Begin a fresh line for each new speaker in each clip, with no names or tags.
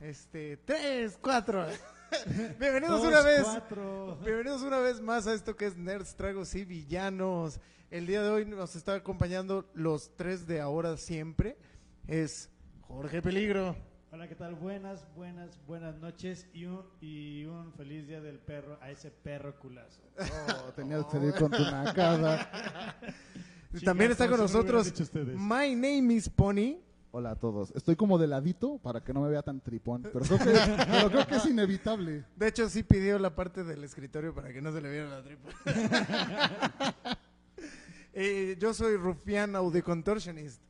de Este, tres, cuatro. Bienvenidos
Dos,
una vez.
cuatro.
Bienvenidos una vez más a esto que es Nerds, Tragos y Villanos. El día de hoy nos está acompañando los tres de ahora siempre. Es Jorge Peligro.
Hola, ¿qué tal? Buenas, buenas, buenas noches y un, y un feliz día del perro a ese perro culazo.
Oh, tenías que salir con tu nacada.
También está con
como si me hubieran
nosotros
dicho ustedes.
My Name is Pony.
Hola a todos. Estoy como de ladito para que no me vea tan tripón, pero creo que, pero creo que es inevitable.
De hecho, sí pidió la parte del escritorio para que no se le viera la tripa. Eh, yo soy Rufián Audio Contortionist.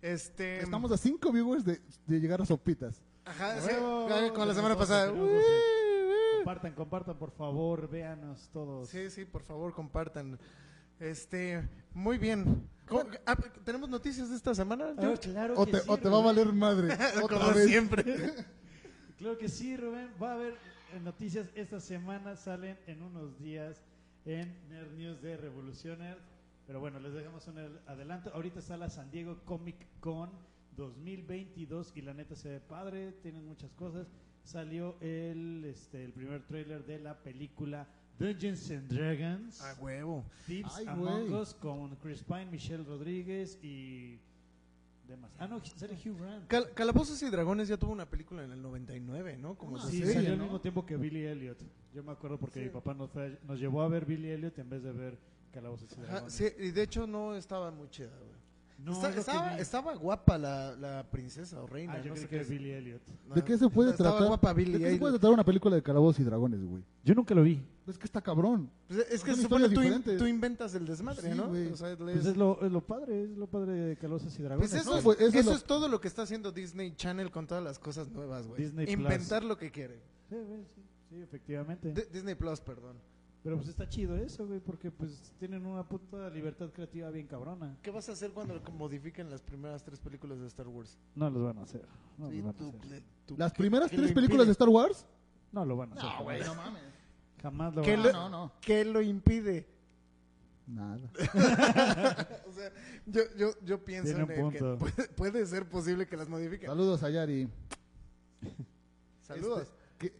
Este,
Estamos a 5 viewers de, de llegar a sopitas.
ajá, Ah, sí, con
Huevo,
la
tenemos
semana
doce,
pasada.
tenemos doce.
Uy, uy.
Compartan, compartan, por favor, véanos todos.
Sí, sí, por favor, compartan. Este, muy bien. ¿Cómo- ah, ¿Tenemos noticias de esta semana,
Ah,
George?
claro
O
que
te,
sí,
o te va a
Rubén.
valer madre. Otra
Como
vez.
siempre.
Claro que sí, Rubén. Va a haber eh, noticias esta semana, salen en unos días en Nerd News de Revolucioner. Pero bueno, les dejamos un el- adelanto. Ahorita está la San Diego Comic Con 2022 y la neta se ve padre, tienen muchas cosas. Salió el, este, el primer tráiler de la película Dungeons and Dragons.
A huevo.
Thieves
Ah, Ay,
Among
güey.
Us con Chris Pine, Michelle Rodríguez y demás. Ah, no, sale Hugh Grant.
Cal- Calabozos y Dragones ya tuvo una película en el 99, ¿no? Como
Ah,
se
Sí,
serie,
salió al
¿no?
mismo tiempo que Billy Elliot. Yo me acuerdo porque mi papá nos, fue- nos llevó a ver Billy Elliot en vez de ver Calabozos y
Ajá,
Dragones.
sí, y de hecho no estaba muy chida, güey.
No,
Está-
es lo que
estaba,
vi.
estaba guapa la, la princesa o reina.
Ah, yo
no
creí
sé
que
qué
era
es.
Billy Elliot.
No,
¿De qué se puede
estaba
tratar?
guapa Billy
¿De qué se
Elliot.
puede tratar una película de calabozos y dragones, güey?
Yo nunca lo vi.
Es que está cabrón.
Pues es que
Son
se supone
historias
tú, in-
diferentes.
tú inventas el desmadre,
Sí,
¿no?
güey.
O sea, le-
Pues es lo, es lo padre, es lo padre de Calabozos y Dragones.
Pues eso,
no,
es,
pues eso
eso
lo-
es todo lo que está haciendo Disney Channel con todas las cosas nuevas, güey.
Disney Plus.
Inventar lo que quiere.
Sí, güey, sí, sí, efectivamente.
D- Disney Plus, perdón.
Pero pues está chido eso, güey, porque pues tienen una puta libertad creativa bien cabrona.
¿Qué vas a hacer cuando modifiquen las primeras tres películas de Star Wars?
No los van a hacer. No,
Sí, pues,
los van a
tú,
hacer.
ple- tú,
Las
¿qué-
primeras
qué
tres
lo
películas de
impide?
Star Wars.
No lo van a hacer. jamás.
no mames.
Jamás lo
¿Qué
van a
le-
hacer.
No, no.
¿Qué lo impide?
Nada.
O sea, yo, yo, yo pienso
Tiene
en
un
el que
punto.
puede, puede ser posible que las modifiquen.
Saludos a Yari.
Saludos.
Este, que-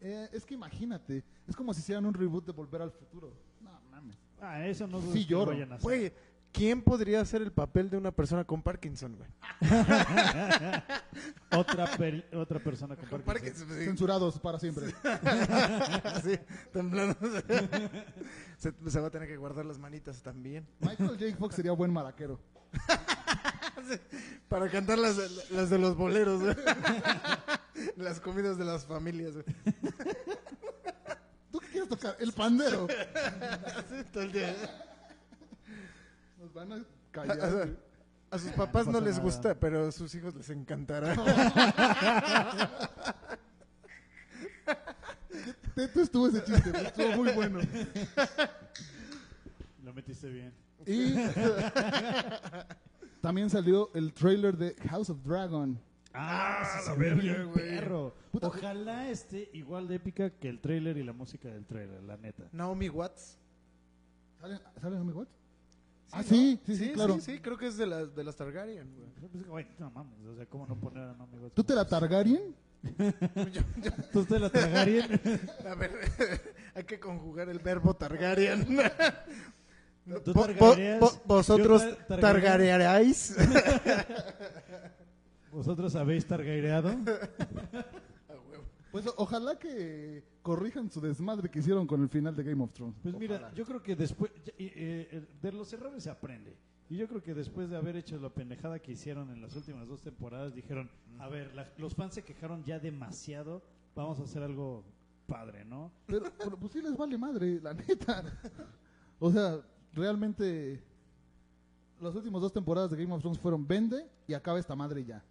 eh, es que imagínate. Es como si hicieran un reboot de Volver al Futuro. No mames.
Ah, eso no dudo
Sí
que lo
lloro.
vayan a hacer.
Güey, ¿quién podría hacer el papel de una persona con Parkinson, güey?
otra, peri- otra persona con
Con
Parkinson.
Parkinson, sí.
Censurados para siempre.
Sí, temblando. se, se va a tener que guardar las manitas también.
Michael J. Fox sería buen maraquero.
Para cantar las, las de los boleros, güey. Las comidas de las familias, güey.
¿Tú qué quieres tocar? El pandero.
Así, todo el día.
Nos van a
A,
callar.
a-
güey.
a sus papás
No
no,
pasa
les
nada.
gusta, pero a sus hijos les encantará.
Teto estuvo ese chiste, güey. estuvo muy bueno.
Lo metiste bien.
Y también salió el trailer de House of Dragon.
Ah, sí, se ve bien perro. Ojalá esté igual de épica que el tráiler y la música del tráiler, la neta.
Naomi Watts.
¿Sale, sale Naomi Watts? ah, sí, sí, sí, claro.
sí, sí, creo que es de las, de las Targaryen, güey.
Pues, güey, no mames, o sea, ¿cómo no poner a Naomi Watts?
¿Tú te la Targaryen?
Yo- yo-
¿Tú te la Targaryen?
a ver, hay que conjugar el verbo Targaryen.
¿Tú
Po- po-
targareas?
po- vosotros
Yo tar- targareo.
targarearéis.
¿Vosotros habéis targareado?
Pues o- ojalá que corrijan su desmadre que hicieron con el final de Game of Thrones.
Pues mira, yo creo que después, ya- y, eh, eh, de los errores se aprende. Y yo creo que después de haber hecho la pendejada que hicieron en las últimas dos temporadas, dijeron, a ver, la- los fans se quejaron ya demasiado, vamos a hacer algo padre, ¿no?
Pero, pero, pues sí les vale madre, la neta. O sea, realmente las últimas dos temporadas de Game of Thrones fueron vende y acaba esta madre ya.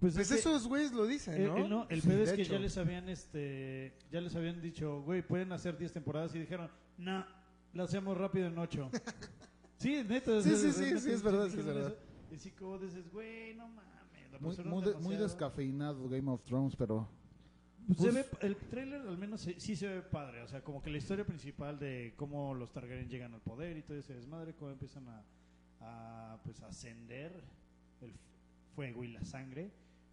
Pues
es que-
esos güeyes lo dicen,
Eh,
¿no?
eh, no, el
Sí,
pedo
de
es que
hecho.
ya les habían este ya les habían dicho, güey, pueden hacer 10 temporadas y dijeron, "No, la hacemos rápido en 8." sí, neta. o
Sí,
sea,
sí, sí,
neta,
sí, es verdad, sí, es
dijeron
verdad.
eso. Y sí como dices, "Güey, no mames, la
Muy,
pusieron
muy de- muy
demasiado".
descafeinado Game of Thrones, pero
Se
Pues-
ve- el tráiler al menos se- sí se ve padre, o sea, como que la historia principal de cómo los Targaryen llegan al poder y todo ese desmadre, cómo empiezan a, a, pues ascender el fuego y la sangre,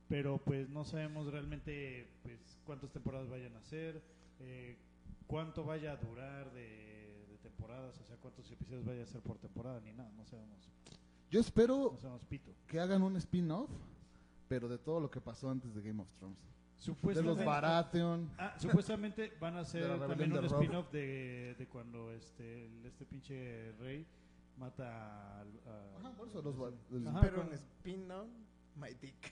pero pues no sabemos realmente pues, cuántas temporadas vayan a ser, eh, cuánto vaya a durar de, de temporadas, o sea, cuántos episodios vaya a ser por temporada, ni nada, no sabemos,
Yo espero
no sabemos pito.
que hagan un spin-off, pero de todo lo que pasó antes de Game of Thrones. De los
Supuestamente,
Baratheon.
ah, supuestamente van a
De la
hacer
rebelión
también un
de Rob.
spin-off de, de cuando este, el- este pinche rey mata al... a-
Ajá, por eso los
al-
Bar- el-
Ajá.
pero
con-
en spin down, my dick.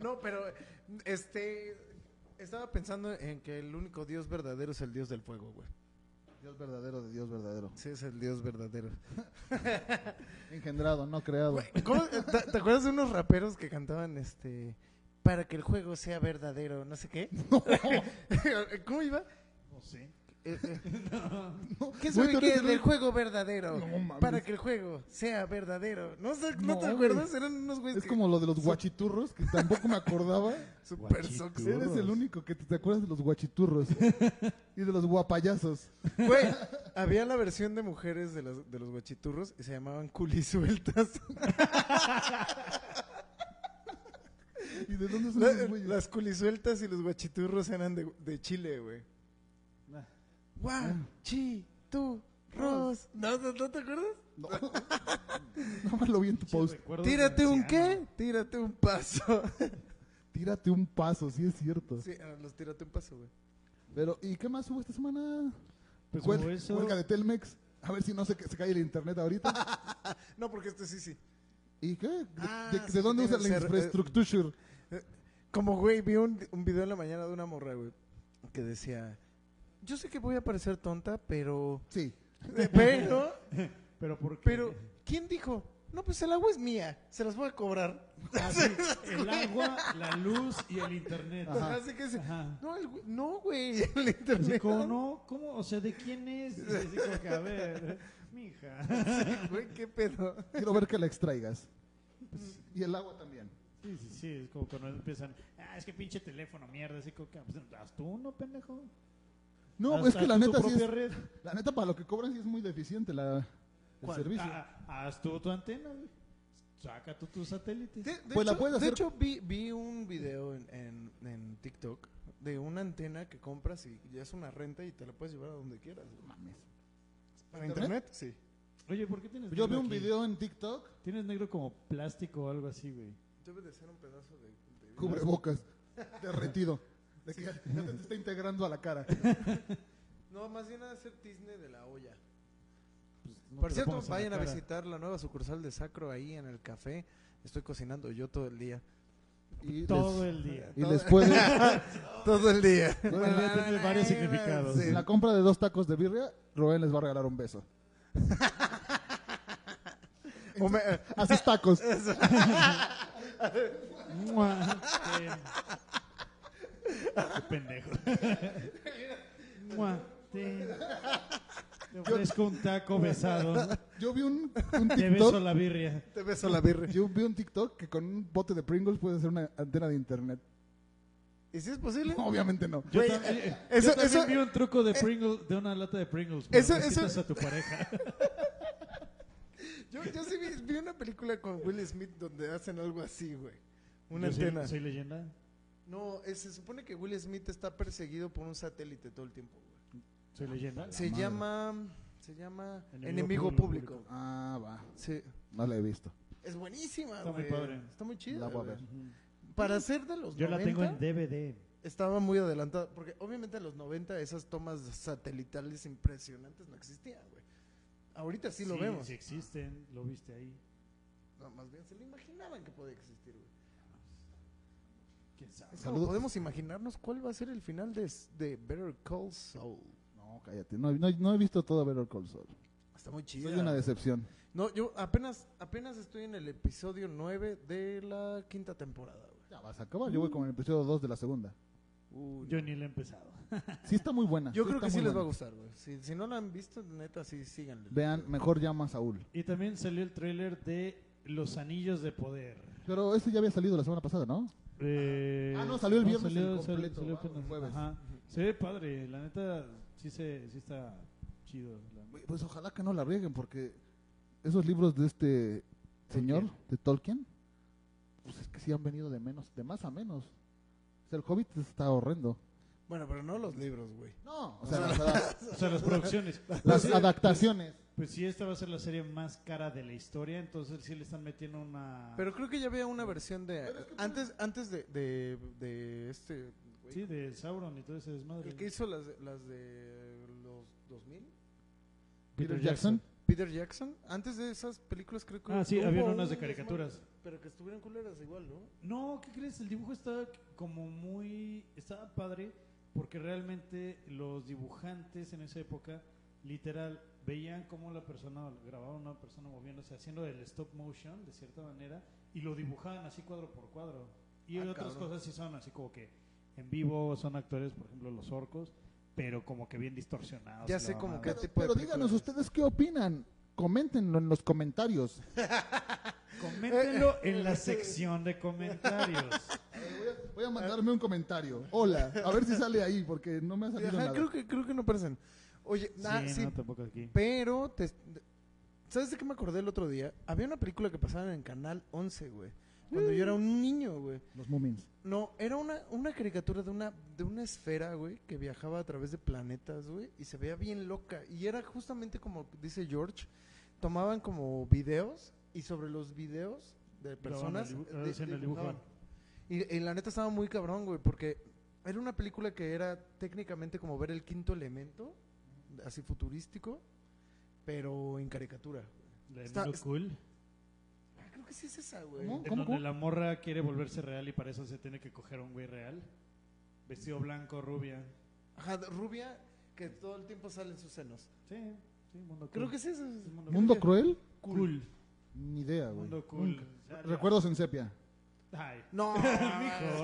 no, pero este estaba pensando en que el único Dios verdadero es el Dios del fuego, güey.
Dios verdadero de Dios verdadero.
Sí, es el Dios verdadero.
Engendrado, no creado.
Güey, ¿cómo- te, te acuerdas de unos raperos que cantaban este para que el juego sea verdadero, no sé qué? ¿Cómo iba?
No sé.
Eh, eh, ¿Qué
Güey,
sabe
tú
qué?
eres-
Del juego verdadero.
No mames.
para que el juego sea verdadero. ¿No, sé- no
No,
te
güey.
acuerdas? Eran unos güeyes
Es
que-
como lo de los guachiturros, que tampoco me acordaba.
super
Guachiturros.
sox- ¿eh?
Eres el único que te acuerdas de los guachiturros y de los guapayazos.
Güey, había la versión de mujeres de los, de los guachiturros y se llamaban culisueltas.
¿Y de dónde son
La-
esos güeyes?
las culisueltas y los guachiturros eran de, de Chile, güey.
Ah,
Guachiturros. ¿No, no, no te acuerdas?
No. Nada más lo vi en tu
sí,
post.
recuerdos
Tírate
de
un
anciano.
qué, tírate un paso.
Tírate un paso, sí es cierto.
sí, ah, los tírate un paso, güey.
Pero, ¿y qué más hubo esta semana?
Pues
Huel-
como eso-
Huelga de Telmex. A ver si no se, ca- se cae el internet ahorita.
No, porque este sí, sí.
¿Y qué? ¿De,
Ah,
de-
sí,
de
que
dónde
tiene
usan la
ser- eh,
infraestructura?
Como, güey, vi un, un video en la mañana de una morra, güey, que decía, yo sé que voy a parecer tonta, pero...
Sí.
Pero...
Pero por qué?
Pero, ¿quién dijo? No, pues el agua es mía, se las voy a cobrar.
Así, ah, el agua, la luz y el internet.
Ajá.
Así que se-
Ajá.
No, el güey- no, güey, el
Así
internet.
como, no, ¿cómo? O sea, ¿de quién es? Y así como que, a ver, mija.
Güey, qué pedo.
Quiero ver que la extraigas. Y el agua también.
Sí, sí, sí, es como cuando empiezan, ah, es que pinche teléfono, mierda, así como que, pues, haz tú uno, pendejo.
No,
Haz-
es que
haz
la
tú
neta
tu
sí
propia
es,
red.
La neta, para lo que cobran sí es muy deficiente la, el
¿Cuál?
servicio.
Ah, ah, haz tú tu antena, güey. Saca tú tus satélites.
De, de
Pues la
hecho,
puedes
de
hacer-
hecho, vi, vi un video en, en- en TikTok de una antena que compras y ya es una renta y te la puedes llevar a donde quieras.
Mames.
¿Para internet? Sí.
Oye, ¿por qué tienes
Yo vi
negro
un
aquí?
video en TikTok,
Tienes negro como plástico o algo así, güey.
Debe de ser un pedazo de... de-
cubrebocas, derretido. De que ya, ya te está integrando a la cara.
No, más bien ha de ser Disney de la olla.
Pues, no
Por
te lo
cierto,
pongas en la
vayan a
cara.
visitar la nueva sucursal de Sacro ahí en el café. Estoy cocinando yo todo el día.
Y
Todo
les,
el día.
y les puede.
Todo el día.
Todo el día tiene varios significados.
En la compra de dos tacos de birria, Rubén les va a regalar un beso.
O me- eh,
A sus tacos.
Mua. Qué, qué pendejo. Mua. Te, te ofrezco un taco besado.
Yo vi un, un
Te beso
TikTok.
la birria.
te beso la birria.
Yo vi un TikTok que con un bote de Pringles puede hacer una antena de internet.
¿Y si es posible?
No, obviamente no.
Yo,
Güey,
también,
eh,
yo
eso-
también
eso- eh,
vi un truco de Pringles, de una lata de Pringles.
Eso-
Eso,
eso-
eso, a tu pareja.
Yo, yo sí vi, vi una película con Will Smith donde hacen algo así, güey. Una
Yo soy-
antena.
Soy, leyenda.
No, eh, se supone que Will Smith está perseguido por un satélite todo el tiempo, güey.
Soy leyenda.
Se
madre.
llama. Se llama.
Enemigo
Enemigo, público.
Público.
Ah, va.
Sí.
No la he visto.
Es buenísima,
Está muy
güey.
padre.
Está muy chida.
La voy a
güey.
ver.
Ujú.
Para ser de los
Yo la
90,
tengo en DVD.
estaba muy adelantada. Porque obviamente en los 90 esas tomas satelitales impresionantes no existían, güey. Ahorita sí lo vemos.
Si existen, lo viste ahí.
No, más bien se lo imaginaban que podía existir, güey.
¿Quién sabe?
Es como
Saludos.
podemos imaginarnos cuál va a ser el final de, s- de Better Call Saul.
No, cállate. No, no- no he visto todo Better Call Saul.
Está muy chido.
Soy una decepción.
No, yo apenas, apenas estoy en el episodio 9 de la quinta temporada, güey.
Ya vas a acabar. Yo voy con el episodio 2 de la segunda.
Yo ni la he empezado.
Sí está muy buena.
Yo creo
está
que sí
muy
les va a
buena.
gustar, güey. Si, si no la han visto, neta, sí, síganle.
Vean, mejor llama a Saúl.
Y también salió el tráiler de Los Anillos de Poder.
Pero ese ya había salido la semana pasada, ¿no?
Eh,
Ah, no, salió el viernes
salió-
el
sal-
completo,
salió
va, el
apenas.
jueves.
Ajá. Se ve padre, la neta sí, se, sí está chido. la-
Güey, Pues ojalá que no la rieguen porque esos libros de este señor, de Tolkien, pues es que sí han venido de menos, de más a menos. O sea, el Hobbit está horrendo.
Bueno, pero no los libros, güey.
No, Pues o sea, las, ada-
O sea, las producciones.
las
Sí,
adaptaciones.
Pues sí, esta va a ser la serie más cara de la historia, entonces sí le están metiendo una...
Ah.
Pero creo que ya había una versión de... Antes, antes de, de, de este... güey,
Sí, de Sauron y todo ese desmadre.
el que hizo las, las de los 2000.
Peter Jackson.
Peter Jackson. Antes de esas películas creo que...
Ah, sí,
hubo
habían
un
unas de
desmadre,
caricaturas.
Pero que estuvieran culeras igual, ¿no?
No, ¿qué crees? El dibujo estaba como muy... Estaba padre porque realmente los dibujantes en esa época, literal, veían cómo la persona, grababa una persona moviéndose, haciendo el stop motion de cierta manera, y lo dibujaban así cuadro por cuadro. Y
Ah,
otras
cabrón.
cosas sí son así como que en vivo son actores, por ejemplo, los orcos, pero como que bien distorsionados.
Ya
y
sé
la
como
mamada.
¿Qué Este
Pero,
tipo de
pero díganos
películas?
ustedes qué opinan. Coméntenlo en los comentarios.
Coméntenlo en la sección de comentarios.
Eh, Voy a, voy a mandarme un comentario. Hola. A ver si sale ahí, porque no me ha salido
Ajá,
nada.
creo, que, creo que no parecen. Oye, ah,
sí,
sí,
no, tampoco aquí.
pero... te- ¿Sabes de qué me acordé el otro día? Había una película que pasaban en Canal 11, güey. Cuando yo era un niño, güey.
Los Moomins.
No, era una, una caricatura de una, de una esfera, güey, que viajaba a través de planetas, güey, y se veía bien loca. Y era justamente como dice George, tomaban como videos y sobre los videos de personas
el dibu-
eh, di-
hacían el dibujo.
dibujaban. Y, y la neta estaba muy cabrón, güey, porque era una película que era técnicamente como ver el quinto elemento, así futurístico, pero en caricatura.
La de
Está-
Milo
es-
Cool.
Ah, creo que sí es esa, güey.
¿Cómo?
En donde la morra quiere volverse real y para eso se tiene que coger a un güey real. Vestido blanco, rubia.
Ajá, rubia que todo el tiempo sale en sus senos.
Sí, sí, mundo cool.
Creo que sí es esa.
mundo
¿Mundo cruel?
cool.
Ni idea, güey.
Mundo cool. Ya, ya.
Recuerdos en sepia.
Ay,
No,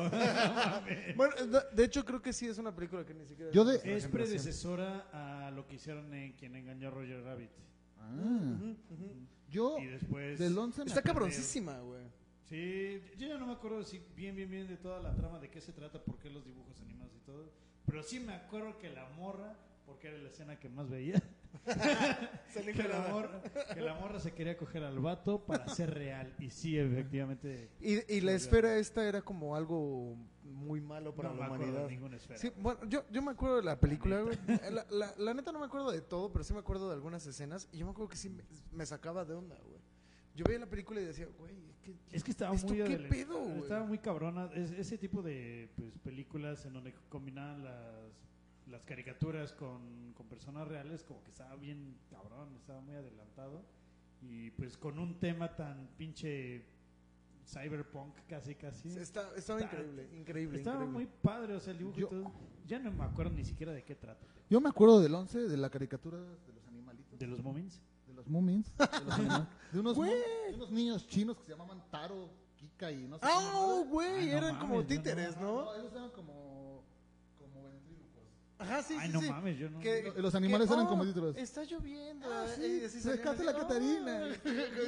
mijo.
Bueno, de, de hecho creo que sí es una película que ni siquiera...
Yo de-
nuestra
es
generación.
predecesora a lo que hicieron en Quien engañó a Roger Rabbit.
Ah.
Ujú, ujú.
Yo,
Y después.
del 11 me
Está
acuerdo.
cabroncísima, güey.
Sí, yo ya no me acuerdo si bien, bien, bien de toda la trama, de qué se trata, por qué los dibujos animados y todo. Pero sí me acuerdo que la morra, porque era la escena que más veía, que la, morra, que la morra se quería coger al vato para ser real. Y sí, efectivamente.
Y, y la esfera esta era como algo muy malo para
no me
la
acuerdo
humanidad.
de ninguna esfera.
Sí, bueno, yo, yo me acuerdo de la película, güey. La, la- la neta no me acuerdo de todo, pero sí me acuerdo de algunas escenas. Y yo me acuerdo que sí me, me sacaba de onda, güey. Yo veía la película y decía, güey, ¿qué- qué-
Es que estaba
¿Esto
muy
qué
adolesc-
pedo, güey?
Estaba muy cabrona. Es- ese tipo de pues, películas en donde combinaban las, las caricaturas con, con personas reales, como que estaba bien cabrón, estaba muy adelantado. Y pues con un tema tan pinche cyberpunk casi casi.
está- estaba
Está-
increíble, increíble,
Estaba
increíble.
muy padre, o sea, el dibujo y
Yo-
todo. Ya no me acuerdo ni siquiera de qué trata.
Yo me acuerdo del 11, de la caricatura de los animalitos.
¿De los moments?
De los Moomins. De, los anima- de unos, mu- de unos niños chinos que se llamaban Taro, Kika y no sé
Ah,
cómo.
güey!
Ah, no
eran como
mames, yo no-
títeres, ¿no?
No, ellos eran como, como ventrílocos.
Ajá, sí,
Ay,
sí,
no
sí.
mames, yo no.
Que- "Oh,
Lo- los animales eran como títeres.
Está lloviendo.
Ah,
eh,
sí,
y así
se
salían
escapa
así,
la
"Oh",
Catarina.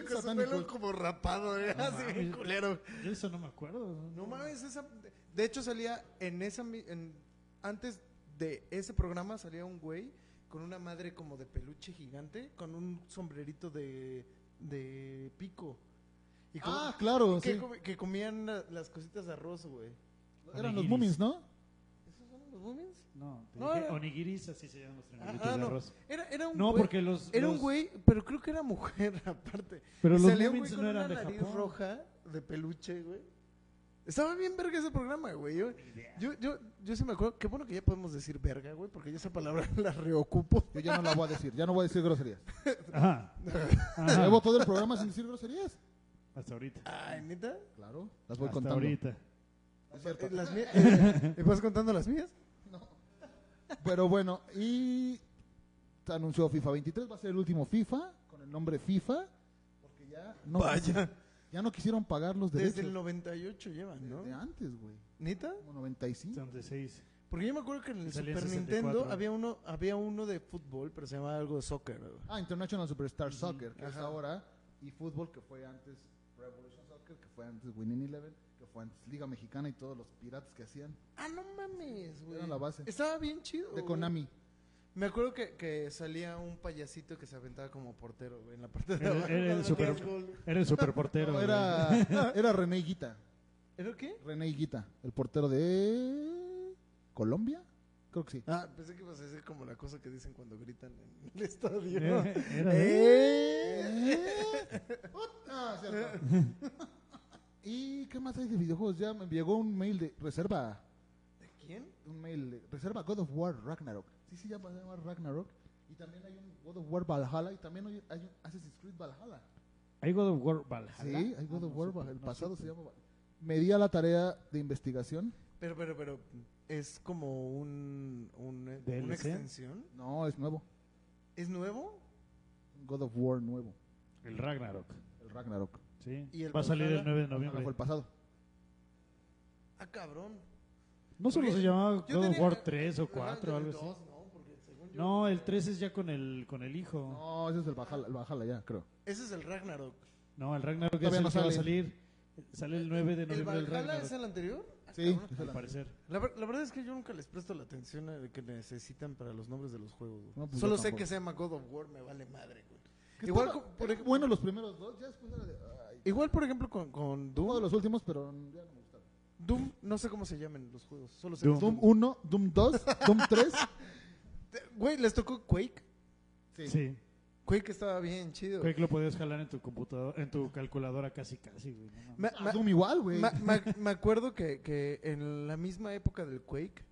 con su
Satánico.
pelo como rapado, eh,
No
así,
mames.
culero.
Yo eso no me acuerdo.
No mames, esa. De hecho, salía en esa. mi- en- antes de ese programa salía un güey con una madre como de peluche gigante, con un sombrerito de, de pico. Y como-
Ah, claro,
que,
sí.
come- que comían la- las cositas de arroz, güey.
Eran los
Onigiris.
Moomins, ¿no?
¿Esos son los Moomins?
No, te
No,
dije
era-
onigiris, así se llaman los triangulitos
Ajá,
de
no.
arroz.
Era, era un
No,
güey-
porque los.
Era un
los-
güey, pero creo que era mujer aparte.
Pero
Y
los
salía un güey
Moomins no
con
eran
una
de
nariz
Japón.
roja de peluche, güey. Estaba bien verga ese programa, güey. Yo, yo, yo, yo sí me acuerdo. Qué bueno que ya podemos decir verga, güey, porque yo esa palabra la reocupo.
Yo ya no la voy a decir, ya no voy a decir groserías.
Ajá. Ajá.
Llevo todo el programa sin decir groserías.
Hasta ahorita.
Ay, neta.
Claro, las voy
Hasta
contando.
ahorita.
Es cierto.
Eh, Las mías- eh, ¿Me vas contando las mías?
Pero bueno, y se anunció FIFA 23, va a ser el último FIFA con el nombre FIFA, porque ya no,
Vaya.
ya no quisieron pagar los derechos
Desde el 98 llevan,
de
¿no?
antes, güey.
¿Neta?
Como 95.
Son de seis.
Porque yo me acuerdo que en el
Salía
Super
en 64.
Nintendo había uno, había uno de fútbol, pero se llamaba algo de soccer, güey.
Ah, International Superstar Soccer, que es
Ajá.
ahora, y fútbol que fue antes Revolution Soccer, que fue antes Winning Eleven, que fue antes Liga Mexicana y todos los piratas que hacían
Ah, no mames, güey.
Era la base.
Estaba bien chido.
de
güey.
Konami.
Me acuerdo que, que salía un payasito que se aventaba como portero güey, en la parte de
Era-
abajo.
era el
cuando
super-
metías gol.
Era el superportero.
No,
güey.
era, era René Higuita.
¿Era qué?
René Higuita, el portero de. ¿Colombia? Creo que sí.
Ah, pensé que ibas a decir como la cosa que dicen cuando gritan en el estadio.
Eh, era de-
¿Eh? Ah, cierto. ¿Y qué más hay de videojuegos? Ya me llegó un mail de reserva.
¿De quién?
Un mail de reserva God of War Ragnarok. Sí, sí, ya va a llamar Ragnarok. Y también hay un God of War Valhalla. Y también hay hay un Assassin's Creed Valhalla.
¿Hay God of War Valhalla?
Sí, hay God
Ah,
of
no
War
supe,
Valhalla. El
no
pasado
supe.
se llama. Val- Me di a la tarea de investigación.
Pero, pero, pero, ¿es como un, un- eh,
DLC?
una extensión?
No, es nuevo.
¿Es nuevo?
God of War nuevo.
El Ragnarok.
El Ragnarok.
Sí.
¿Y el
Va a salir el
Valhalla?
9 de
Ahora Fue
noviembre.
el pasado.
Ah, cabrón.
No solo
Porque
se llamaba
Yo
God of
tenía-
War 3 o
Ajá,
4
yo
o algo
el
así.
dos, ¿no? Porque según yo-
No, el 3 es ya con el, con el hijo.
No, ese es el Valhalla, el Valhalla ya, creo.
Ese es el Ragnarok.
No, el Ragnarok es
Todavía
el
no
que va a
sale.
salir. Sale el 9 de
¿El
noviembre del
Valhalla
Ragnarok.
es el anterior? Ah,
Sí,
cabrón.
es
Al
el-
parecer.
La, ver- la verdad es que yo nunca les presto la atención a- que necesitan para los nombres de los juegos. güey.
No, pues
Solo
yo
sé
tampoco.
que se llama God of War, me vale madre, güey.
Que
Igual,
estaba-
co- por
eran
ej-
buenos los primeros dos, ya después era de, ay,
Igual, por ejemplo, con, con
uno de
Doom.
los últimos, pero ya no me gustaron.
Doom, no sé cómo se llaman los juegos. Solo sé
Doom.
que es
Doom 1, Doom 2, Doom 3.
Te- Eh, Güey, ¿les tocó Quake?
Sí.
Sí.
Quake estaba bien chido.
Quake lo podías jalar en tu computadora, en tu calculadora casi casi, güey. no mames.
Me,
Ah,
me-
Doom igual,
me-
güey.
me- me acuerdo que, que en la misma época del Quake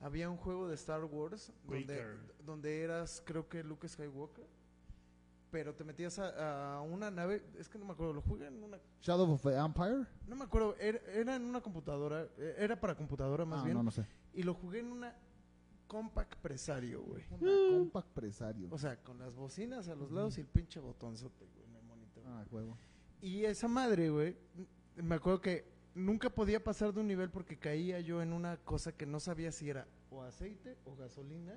había un juego de Star Wars donde,
Quaker.
donde eras, creo que Luke Skywalker, pero te metías a, a una nave. Es que no me acuerdo, lo jugué en una.
Shadow of the Empire.
No me acuerdo, era, era en una computadora, eh, era para computadora más
ah,
bien,
no, no sé.
y lo jugué en una Compact Presario, güey.
Mm.
Una compa empresario.
O sea, con las bocinas a los lados y el pinche botonzote, güey, en el monitor.
Ah, huevo.
Y esa madre, güey, me acuerdo que nunca podía pasar de un nivel porque caía yo en una cosa que no sabía si era o aceite o gasolina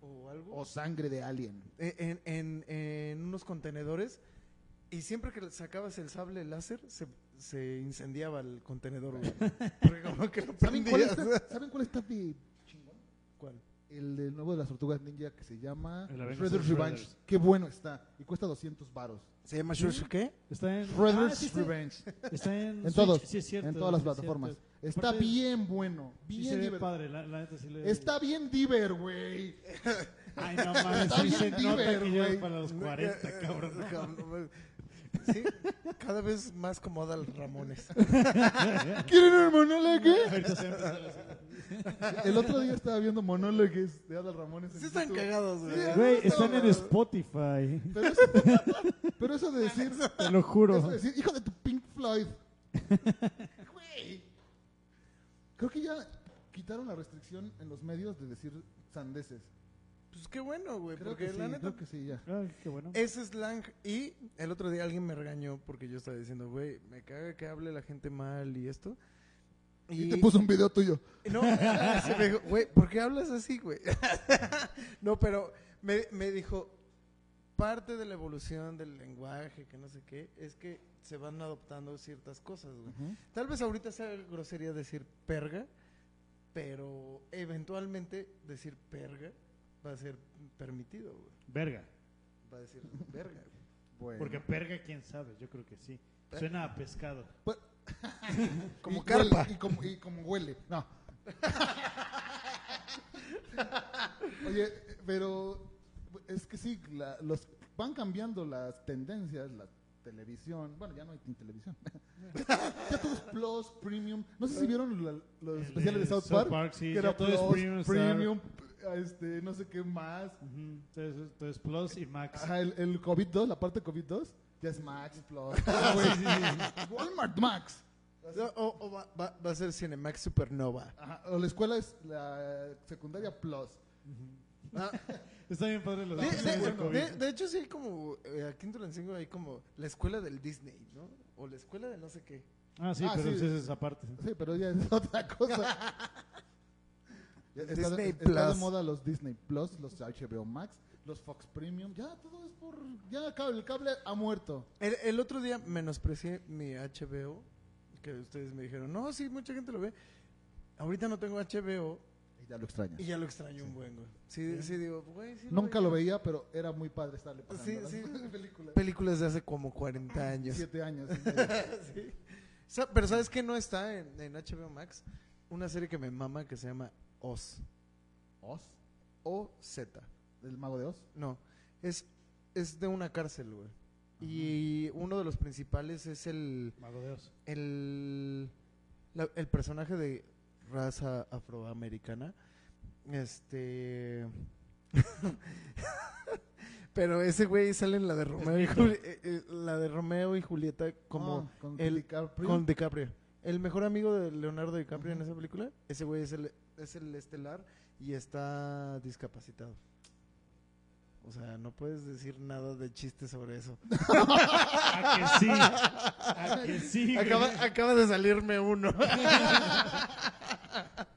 o algo.
O sangre de alien.
eh, En, en- en unos contenedores. Y siempre que sacabas el sable láser, se, se incendiaba el contenedor, güey. Porque como que lo
¿Saben cuál,
prendías.
está, ¿Saben cuál está de chingón?
¿Cuál?
El del nuevo de las tortugas ninja que se llama
El Avengers
Shredder's
Shredder's.
Revenge. Qué bueno está. Y cuesta 200 varos.
¿Se llama
Shursh-
qué?
Está en
Shredder's
Ah, sí está-
Revenge.
Está en,
En
Switch,
todos,
sí es cierto,
en todas las
sí es
plataformas.
cierto.
Está
Aparte,
bien bueno. Bien
Sí se ve
divertido.
padre, la, la neta sí le
Está bien diver, güey.
Ay, no mames,
Está
sí se
bien
nota
diver,
que ya
güey. eh,
para los 40, cabrón. ¿no?
Cabrón, Sí, cada vez más cómoda el Ramones.
¿Quieren el monologue?
Ahorita se va a empezar a hacer.
El otro día estaba viendo monólogos de Adal Ramones. en
Sí ah, están
YouTube.
cagados, güey.
Sí,
Güey,
Está
están en
bueno.
Spotify,
Pero eso, pero eso de decir,
te lo
eso
juro.
de decir, hijo de tu Pink Floyd. Güey. Creo que ya quitaron la restricción en los medios de decir sandeces.
Pues qué bueno, güey,
Creo
porque
que sí,
la neta
creo que sí, ya.
Ay, qué bueno.
Eh,
es slang y el otro día alguien me regañó porque yo estaba diciendo, güey, me caga que hable la gente mal y esto.
Y, te puso un video tuyo.
No, se me dijo, güey, ¿por qué hablas así, güey? no, pero me, me dijo, parte de la evolución del lenguaje, que no sé qué, es que se van adoptando ciertas cosas, güey. Tal vez ahorita sea grosería decir perga, pero eventualmente decir perga va a ser permitido, güey.
Verga,
Va a decir verga. güey.
Bueno.
porque perga quién sabe, yo creo que sí. Suena a pescado.
Como
Y
carpa.
huele, y, como, y como huele. No. Oye, pero es que sí, la- los van cambiando las tendencias, la televisión. Bueno, ya no hay ni televisión. ya todo es Plus, Premium. No sé si vieron la- los especiales de
El
South, Park.
sí,
que
ya
era
todo
Plus,
es premium.
Premium,
Star.
p- este, no sé qué más.
Ujú, Entonces, entonces Plus y Max.
Ajá, el, el COVID-2, la parte COVID-2, ya es Max Plus. Walmart Max.
No, o o va, va- va a ser Cinemax Supernova.
Ajá, o la escuela es la secundaria plus.
Ah,
Está bien padre los
de, de-
episodios de COVID.
de- de hecho, sí hay como, eh, aquí en Tulancingo hay como la escuela del Disney, ¿no? O la escuela de no sé qué.
Ah, sí,
Ah,
pero
sí.
pues esa es esa parte.
Sí, pero ya es otra cosa. Ya está,
Disney
está de
Plus.
moda los Disney Plus, los HBO Max, los Fox Premium. Ya todo es por. Ya cable, el cable ha muerto.
El, el otro día menosprecié mi HBO, que ustedes me dijeron, no, sí, mucha gente lo ve. Ahorita no tengo HBO,
Y ya lo extraña.
Y ya lo extraño un buen, güey. Sí, sí digo, güey, sí
Nunca lo
veía.
veía, pero era muy padre estarle pasando
Sí,
las
sí.
películas.
Películas de hace como 40 años.
Siete años.
Sí. Sa- Pero ¿sabes qué no está en, en HBO Max? Una serie que me mama que se llama Oz.
¿Oz?
O Z.
¿El mago de Oz?
No, es, es de una cárcel, güey. Y uno de los principales es el,
Mago de Oz.
el, la- el personaje de raza afroamericana. Este... Pero ese güey sale en la de Romeo, y, Juli- eh, eh, la de Romeo y Julieta como...
Ah, con
el-
DiCaprio.
Con DiCaprio. El mejor amigo de Leonardo DiCaprio en
Ujú.
esa película, ese güey es el, es el estelar y está discapacitado. O sea, no puedes decir nada de chiste sobre eso.
A que sí. A que sí. güey.
Acaba, acaba de salirme uno.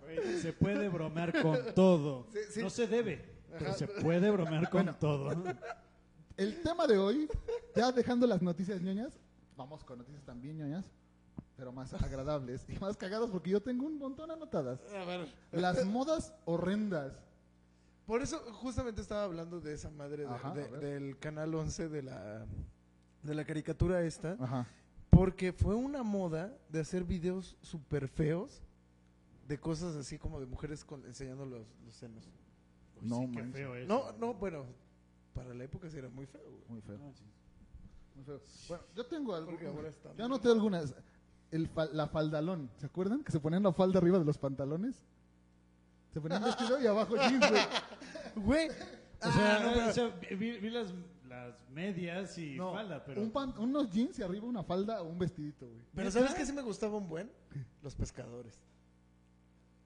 Güey, Se puede bromear con todo.
Sí, sí.
No se debe, pero se puede bromear con todo. Pues
El tema de hoy, ya dejando las noticias ñoñas, vamos con noticias también ñoñas, pero más agradables y más cagadas porque yo tengo un montón anotadas.
A ver.
Las modas horrendas.
Por eso justamente estaba hablando de esa madre de-
Ajá,
de-
a ver.
del canal 11 de la de la caricatura esta,
Ajá.
porque fue una moda de hacer videos súper feos de cosas así como de mujeres con- enseñando los, los senos.
Uy,
No
sí, qué
manches.
feo eso.
No, no, bueno, para la época sí era muy feo, güey.
Muy feo.
No, sí.
Muy feo. Bueno, yo tengo
Porque ahora
algunas.
está.
Yo anoté algunas. El fal- la faldalón, ¿se acuerdan? Que se ponían la falda arriba de los pantalones. Se ponían vestido y abajo jeans, güey.
Güey. Ah,
O sea, no, pero, o sea, vi, vi las, las medias y
No,
falda, pero.
Un pan- unos jeans y arriba una falda o un vestidito, güey.
pero ¿sabes qué sí me gustaba un buen? Los pescadores.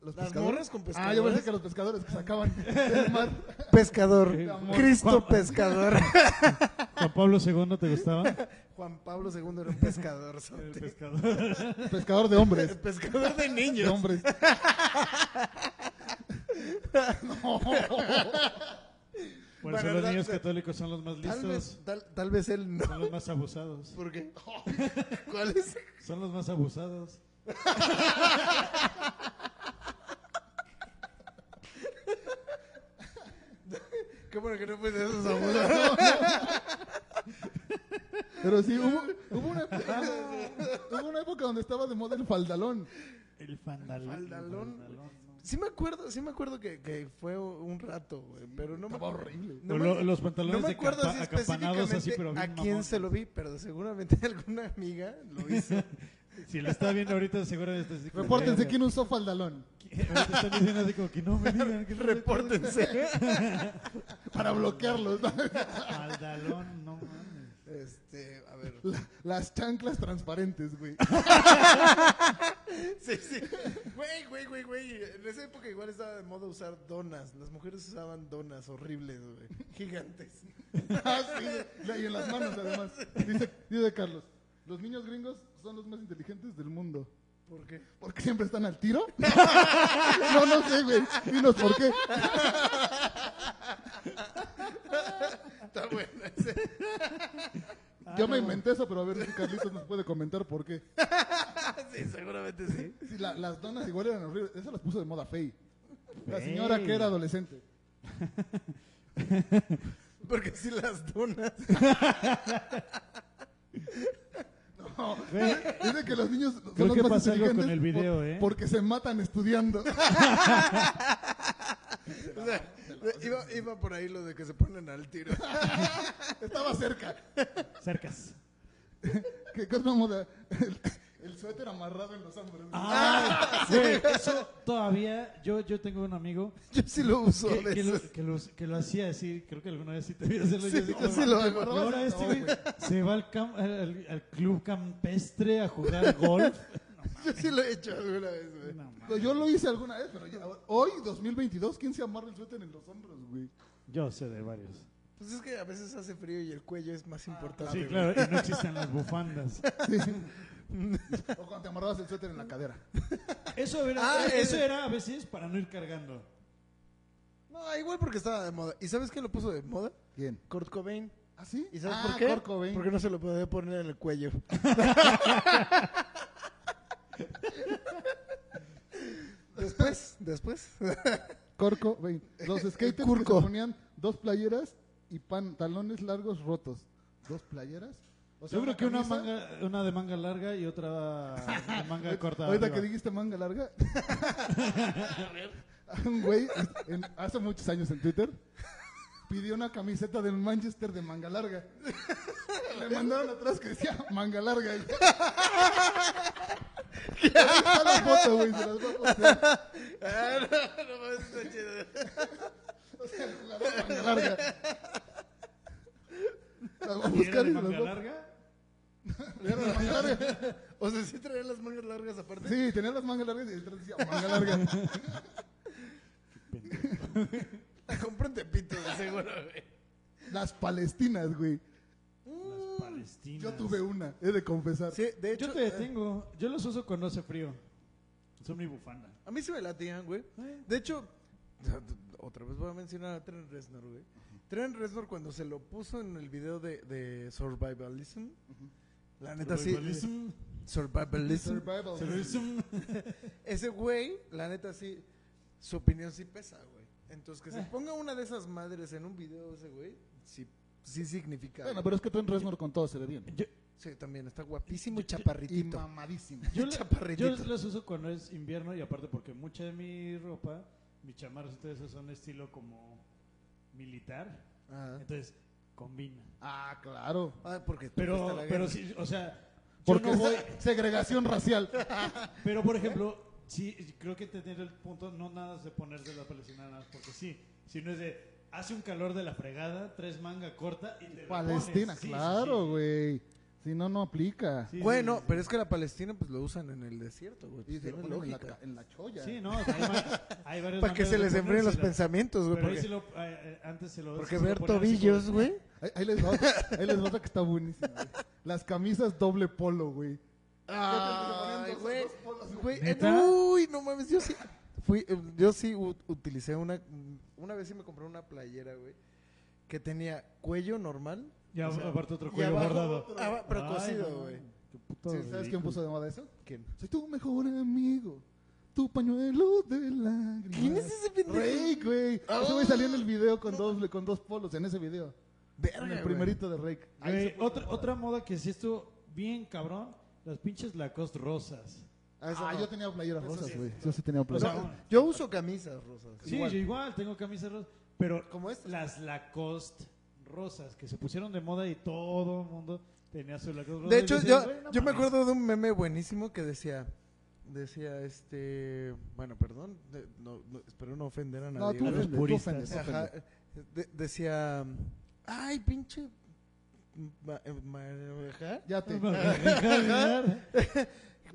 Los
Las morras
pescadores.
con
Ah, yo pensé
pescadores.
que los pescadores que sacaban del mar.
Pescador.
De amor.
Cristo pescador.
¿Juan Pablo II te gustaba?
Juan Pablo II era un pescador.
El
sote.
pescador.
Pescador de hombres.
pescador de
De
niños.
hombres. No.
Por
Bueno,
eso los
tal-
niños
tal-
católicos son los más
Tal vez,
listos,
tal, tal vez él no.
son los más abusados.
Porque. ¿Cuál es?
Son los más abusados.
Qué bueno que no fue de esos abusos.
Pero sí, hubo, hubo una, hubo una época donde estaba de moda el faldalón.
El fandalón.
Fandalón. Sí me acuerdo, sí me acuerdo que, que fue un rato, güey, pero no me
estaba
acuerdo.
horrible.
No
O
me-
lo- los pantalones
No me
de
acuerdo
acampa-
si
acampanados
específicamente
así, pero bien
a quién
mamón.
se lo vi, pero seguramente alguna amiga lo hizo.
Si la está viendo ahorita, seguramente está así como-
Repórtense quién usó faldalón
Ahorita están diciendo así como que no me digan que no me
Repórtense.
para bloquearlos. ¿no?
acuerdo. Fandalón, no mames.
Este, a ver.
La- las chanclas transparentes, güey.
Sí, sí. Güey, güey, güey, güey. En esa época igual estaba de moda usar donas. Las mujeres usaban donas horribles, güey. Gigantes.
Ah, sí, y en las manos, además. Dice, dice Carlos, los niños gringos son los más inteligentes del mundo.
¿Por qué?
¿Por qué siempre están al tiro? No, no sé, güey. Dinos por qué.
Está bueno. ese.
Yo me inventé eso, pero a ver si Carlitos nos puede comentar por qué.
Ah, Sí, seguramente sí.
Sí, la- las donas igual eran horribles. Eso las puso de moda Fey. La
Fey.
señora que era adolescente.
Porque sí las donas.
No,
Güey,
dice que los niños son
Creo
los
que
más
pasa algo con
inteligentes
el video,
por-
¿eh?
porque se matan estudiando.
O sea, iba, iba por ahí lo de que se ponen al tiro.
Estaba cerca.
Cercas.
¿Qué cosa moda? El, el suéter amarrado en los hombros.
Ah, güey, eso todavía. Yo, yo tengo un amigo
Yo sí lo uso.
que,
de
que lo,
esos.
que los- que lo hacía así. Creo que alguna vez sí te vi hacerlo.
Sí,
yo así
yo
como-
sí lo hago.
Y ahora este güey se va al, cam- al- al- al club campestre a jugar golf.
Yo sí lo he hecho alguna vez, güey.
No, mames.
Pues Yo lo hice alguna vez, pero ya- hoy, 2022, ¿quién se amarra el suéter en los hombros, güey?
Yo sé de varios.
Pues es que a veces hace frío y el cuello es más importante.
Sí,
güey.
claro, y no existen las bufandas.
O cuando te amarrabas el suéter en la cadera.
Eso era,
Ah,
eso
ese-
era a veces para no ir cargando.
No, igual porque estaba de moda. ¿Y sabes quién lo puso de moda?
¿Quién?
Kurt Cobain.
¿Ah, sí?
¿Y sabes
Ah,
por qué?
Kurt Cobain.
Porque no se lo podía poner en el cuello. Después, Después.
Corco, güey, los skaters que se
Curco.
ponían dos playeras y pantalones largos rotos. ¿Dos playeras? O sea,
Yo creo que una,
camisa-
manga, una de manga larga y otra de manga corta.
Ahorita
arriba.
que dijiste manga larga. un güey en- hace muchos años en Twitter pidió una camiseta del Manchester de manga larga. Le mandaron atrás que decía manga larga. Ahí está la foto, güey, se las voy a postear.
Ah, no, no mames, está chido.
O sea, el jugador manga larga. Las voy a
¿Era
buscar y
de
las voy
manga
a-
larga?
Era de manga larga.
O sea, sí traía las mangas largas aparte.
Sí, tenía las mangas largas y detrás decía manga larga.
La compró en Tepito, de seguro, güey.
Las palestinas, güey.
Las palestinas.
Yo tuve una, he de confesar.
Mm. Sí, de hecho, eh,
Yo te detengo. Yo los uso cuando hace frío. Son mi bufanda.
a mí se me latían, güey.
Eh,
De hecho, otra vez voy a mencionar a Trent Reznor, güey. Trent Reznor cuando se lo puso en el video de, de Survivalism, la neta sí,
survivalism,
Survivalism,
Survival.
survivalism.
ese güey, la neta sí, su opinión sí pesa, güey. Entonces que se
Eh.
ponga una de esas madres en un video ese güey, sí, sí significa.
Bueno, pero es que Trent Reznor con todo se ve bien.
Yo,
Sí, también está guapísimo y
Y
chaparritito.
mamadísimo.
yo, le-
Chaparritito.
yo los uso cuando es invierno y aparte porque mucha de mi ropa, mis chamarras, ustedes son estilo como militar.
Ah,
Entonces, combina.
Ah, claro.
Ah, porque está
Pero,
la
pero
guerra.
sí, o sea, yo
Porque
no voy-
es segregación racial.
Pero por ejemplo, sí, creo que tener el punto, no nada de ponerse la palestina nada, más porque sí, sino es de, hace un calor de la fregada, tres manga corta y te la
Palestina,
pones. Sí, sí,
claro,
sí.
güey. Si no, no aplica.
Sí, sí,
bueno,
sí, sí.
pero es que la Palestina pues lo usan en el desierto, güey. Pues,
Y se
Tiene
lo ponen en la,
lógica.
ca- en la cholla.
Sí, no, o sea, hay, va- hay varias
Para que
maneras
se
de
les enfríen los
ponérsela.
pensamientos, güey.
Pero ahí
Porque,
sí lo- eh, eh, antes se lo
porque
se lo
ver
ponen así
tobillos,
como-
güey.
Ahí, ahí les va otra, ahí les va otra que está buenísima. güey. Las camisas doble polo, güey.
Ay,
Dos-
güey.
dos polos, güey.
Güey, eh,
¿Neta?
Uy, no mames, yo sí. Fui, eh, yo sí u- utilicé una. Una vez sí me compré una playera, güey. Que tenía cuello normal.
Y
o sea,
aparte otro
y
cuello
abajo
bordado.
aba- pero
Ay,
cosido,
no,
güey.
qué puto
Sí, ¿Sabes quién
ridículo.
puso de moda eso?
¿Quién?
Soy tu mejor amigo. Tu pañuelo de lágrimas.
¿Quién es ese pendejo?
Rake, güey. Ese güey salió en el video con, dos, con dos polos, en ese video.
Verga,
En el
güey.
primerito de Rake.
Güey, otra, otra moda que sí estuvo bien cabrón, las pinches Lacoste rosas.
Ah, eso
Ah,
no.
yo tenía playeras
Eso
rosas,
sí.
güey. Yo sí tenía
O
O
playeras.
sea,
sea,
yo uso camisas rosas.
Sí,
Igual.
yo igual tengo camisas rosas, pero
Como esta.
las Lacoste rosas que se pusieron de moda y todo el mundo tenía su Lacoste rosa.
De
y
hecho,
dices,
yo,
Pues "Güey, no
yo me
mames".
acuerdo de un meme buenísimo que decía, decía este, bueno, perdón, de- no, no, espero no ofender a nadie.
no, tú
a los
güey.
ofendes, tú
puristas.
ofendes,
Ajá,
ofendes.
de- decía, ay, pinche, ma- ma- ajá,
Ya te.
Me deja olvidar.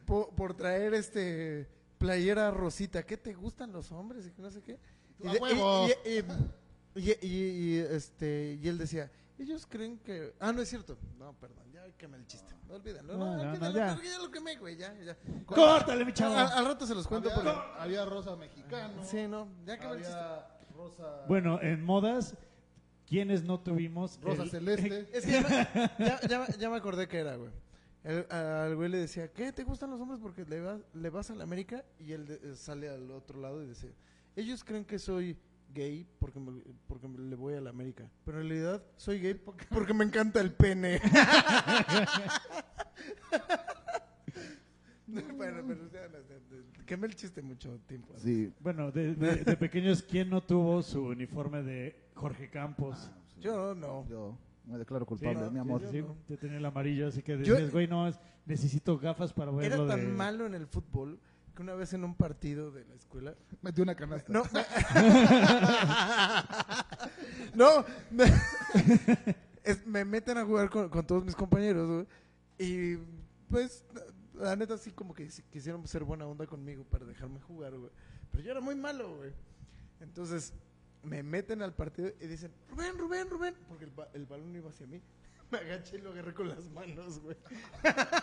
por, por traer este playera rosita, ¿qué te gustan los hombres? Y que no sé qué. Y,
¡A
de- y-
huevo!
y- y- y- y- y, este, y él decía, ellos creen que... Ah, no es cierto. No, perdón, ya quemé el chiste. Olvídalo. No,
No, no,
olvídalo,
no, ya.
porque ya lo quemé, güey, ya, ya.
Córtale, mi
Al,
chavo.
al- al rato se los cuento
Había,
porque...
había rosa mexicano.
Sí, no, ya quemé el chiste.
había rosa.
Bueno, en modas, ¿quiénes no tuvimos?
rosa
el-
celeste.
Es que ya me, ya- ya me- ya me acordé que era, güey. El- al güey le decía, ¿qué? ¿Te gustan los hombres porque le, vas- le vas a la América? Y él de- eh, sale al otro lado y dice, ellos creen que soy gay porque, me- porque me- le voy a la América. Pero en realidad soy gay porque, porque me encanta el pene. No, bueno, pero ya, no, no, no, quemé el chiste mucho tiempo.
Sí.
Bueno, de, de- de pequeños, ¿quién no tuvo su uniforme de Jorge
Ah,
Campos?
Yo no.
Yo me declaro culpable,
no,
mi amor.
yo-
Sí,
no.
te tenía el amarillo, así que
Yo-
dices, güey, no, es- necesito gafas para verlo.
Era tan
de-
malo en el fútbol que una vez en un partido de la escuela
Metí una canasta.
No. me- no. Me, es- me meten a jugar con, con todos mis compañeros, güey. Y pues, la neta, sí, como que si- quisieron ser buena onda conmigo para dejarme jugar, güey. Pero yo era muy malo, güey. Entonces, me meten al partido y dicen, Rubén, Rubén, Rubén. Porque el, ba- el balón iba hacia mí. Me agaché y lo agarré con las manos, güey.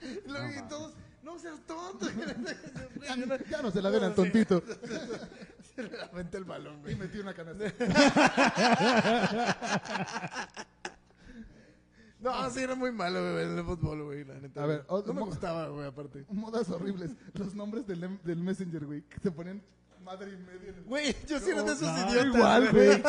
Y luego, y todos, no seas tonto.
Ya, ni- ya no se la ven al tontito.
Se le aventé el balón,
Y
güey.
metí una canasta.
No, sí, era muy malo, güey, en el fútbol, güey, la neta.
A ver,
güey.
otro-
no me gustaba, güey, aparte.
Modas horribles. Los nombres del, em- del Messenger, güey. Que se ponían madre y media en el-
Güey, yo sí era de esos
No,
idiotas.
igual, güey.